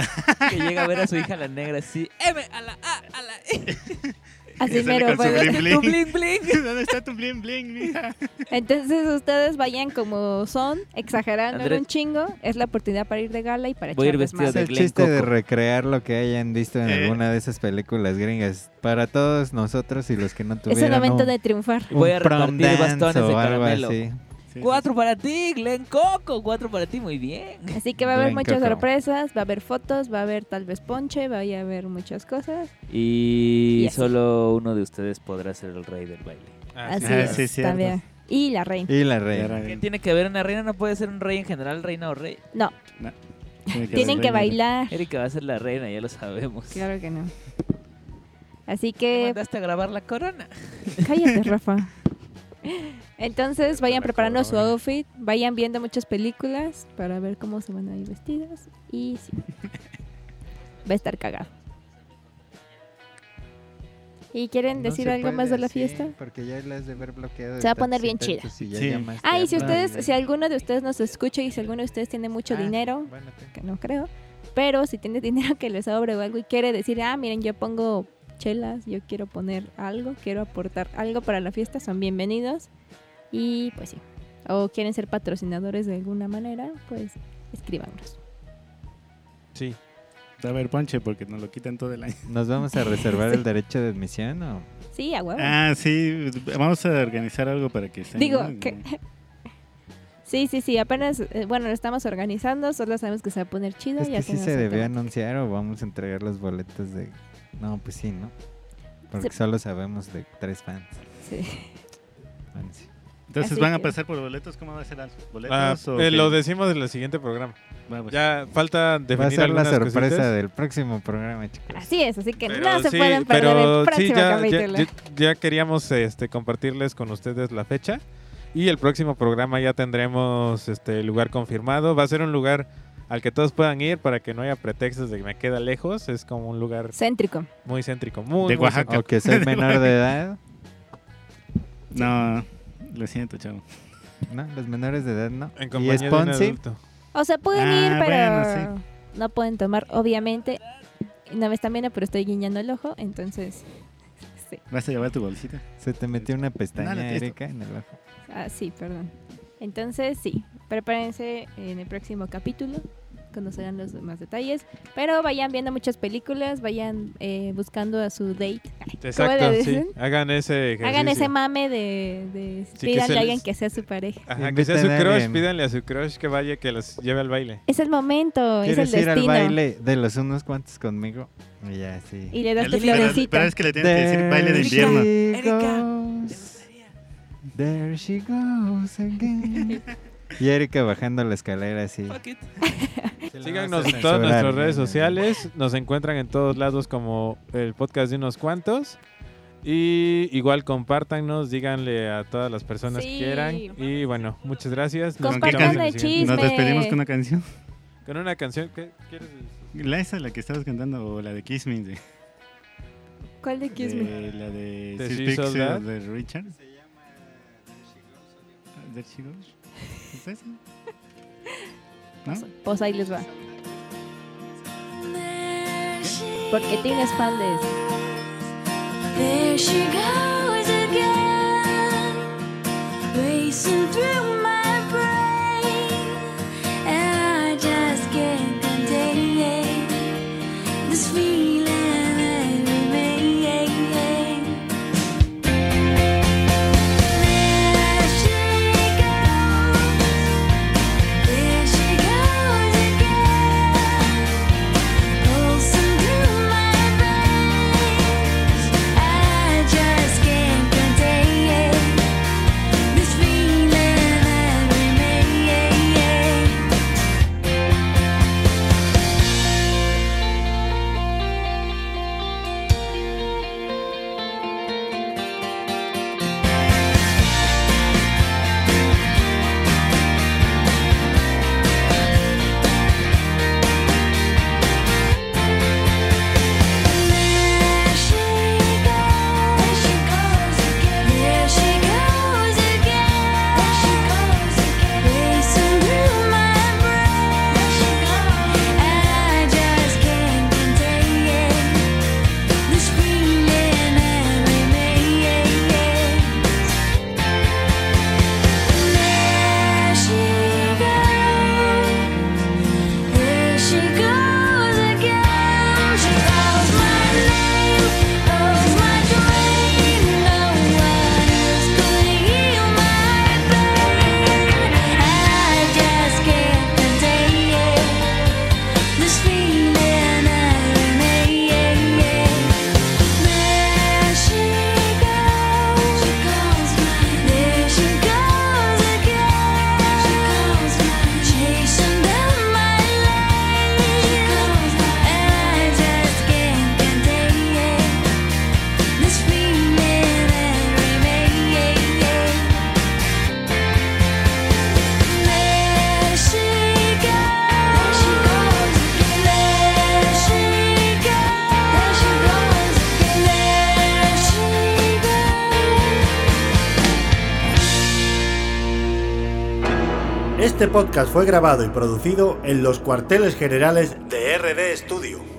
que llega a ver a su hija la negra así, M a la A a la E. Así sale mero, con su pues. Tu bling bling. bling bling. ¿Dónde está tu bling bling, mija? Entonces ustedes vayan como son, exagerando Andrés. un chingo. Es la oportunidad para ir de gala y para Voy a ir echar vestido Es desmadre. el de Glen chiste de Coco. recrear lo que hayan visto en Eh. alguna de esas películas gringas. Para todos nosotros y los que no Es el tuvieron momento un, de triunfar. un Voy a prom repartir dance bastones de o algo caramelo. así. Cuatro para ti, Glen Coco. Cuatro para ti, muy bien. Así que va a haber Buen muchas cacao. sorpresas, va a haber fotos, va a haber tal vez ponche, va a haber muchas cosas. Y Y así. solo uno de ustedes podrá ser el rey del baile. Ah, Así sí. Ah, es, sí, cierto. también. Y la reina. Y la reina. ¿Qué tiene que ver una reina? No puede ser un rey en general, reina o rey. No, Tiene tienen que bailar. bailar. Erika va a ser la reina, ya lo sabemos. Claro que no. Así ¿Te que mandaste a grabar la corona? cállate, Rafa. Entonces vayan La preparando su ¿eh? corona. outfit, vayan viendo muchas películas para ver cómo se van a ir vestidas y sí. Va a estar cagado. ¿Y quieren No decir se algo puede, más de la sí, fiesta? porque ya las de ver bloqueado Se va a poner bien chida. Sí. Ah, y si ustedes, si alguno de ustedes nos escucha y si alguno de ustedes tiene mucho Ah. dinero, que no creo, pero si tiene dinero que le sobre o algo y quiere decir, ah, miren, yo pongo chelas, yo quiero poner algo, quiero aportar algo para la fiesta, son bienvenidos. Y pues sí, o quieren ser patrocinadores de alguna manera, pues escríbanos. Sí. Va a haber ponche porque nos lo quitan todo el año. ¿Nos vamos a reservar el derecho de admisión o...? Sí, a huevo. Ah, sí. Vamos a organizar algo para que estén. Digo, ¿no? que... Sí, sí, sí, apenas, eh, bueno, lo estamos organizando, solo sabemos que se va a poner chido. Es ya que sí tenemos se el debió tema. anunciar o vamos a entregar los boletos de... No, pues sí, ¿no? Porque solo sabemos de tres fans. Sí. Bueno, sí. Entonces Así van a que- pasar por boletos. ¿Cómo va a ser? Alf? Ah, ¿Boletos o eh, qué? pues. lo decimos en el siguiente programa. Vamos. Ya falta Pues Va a definir ser la algunas sorpresa cositas. del próximo programa, chicos. Así es, así que Pero no se sí, pueden perder pero el próximo sí, ya, ya- capítulo. ya- ya queríamos este, compartirles con ustedes la fecha. Y el próximo programa ya tendremos este lugar confirmado. Va a ser un lugar al que todos puedan ir para que no haya pretextos de que me queda lejos. Es como un lugar Céntrico. muy céntrico. Muy, De muy Oaxaca. O que soy menor de edad. No, lo siento, chavo. No, los menores de edad no. céntrico. En Y compañía es de un Ponzi. adulto. O sea, pueden Ah, ir, pero bueno, no pueden tomar, obviamente. No me están viendo, pero estoy guiñando el ojo, entonces. Sí, ¿Vas a llevar tu bolsita? Se te metió una pestaña, Nada, esto- Erika, en el ojo. ah, sí, perdón. Entonces, sí, prepárense en el próximo capítulo, conocerán los demás detalles. Pero vayan viendo muchas películas, vayan eh, buscando a su date. Exacto, le sí. dicen? Hagan ese ejercicio. Hagan ese mame de. de que pídanle se a alguien les- que sea su pareja. Ajá, que sea Inviten su a crush, alguien. pídanle a su crush que vaya, que los lleve al baile. Es el momento, es el ¿Quieres ir al destino. baile de los unos cuantos conmigo? Y ya, sí. Y le das tu Pero- Pero florecita. es que le tienes que decir baile de There invierno. she Erika, goes. There she goes again. y Erika bajando la escalera así. Fuck it. Síganos en todas nuestras redes eh, sociales. Nos encuentran en todos lados como el podcast de unos cuantos. Y igual compártanos, díganle a todas las personas Sí. que quieran. Y bueno, muchas gracias. Compartan escuchamos en el siguiente- chisme. Nos despedimos con una canción. Con una canción, ¿qué quieres decir? La esa, la que estabas cantando, o la de Kiss Me. De, ¿Cuál de Kiss de- Me? La de ¿De Six She Picks, Sold That? de Richard. There she goes. ¿Es esa? ¿No? Pues ahí les va. Porque Tina Spaldes. There she goes again, racing through my brain, and I just can't contain it. This feeling I remain. There she goes, there she goes again, pulsing through my veins. I just can't contain this feeling I remain. There she goes, she goes again. There she goes again. She goes again. Racing through my brain. She goes, and I just can't contain it. This feeling I remain. There she goes. There she goes again. She calls my name, calls my dream. No one else could heal my pain. I just can't contain it. This feeling I remain. There she goes, she goes mine. There she goes again, she goes mine. Chasing down my lane, she goes mine. And I just can't contain it. This feeling that remains. There she goes, she goes. There she goes, she goes. There she goes. Este podcast fue grabado y producido en los cuarteles generales de RD Studio.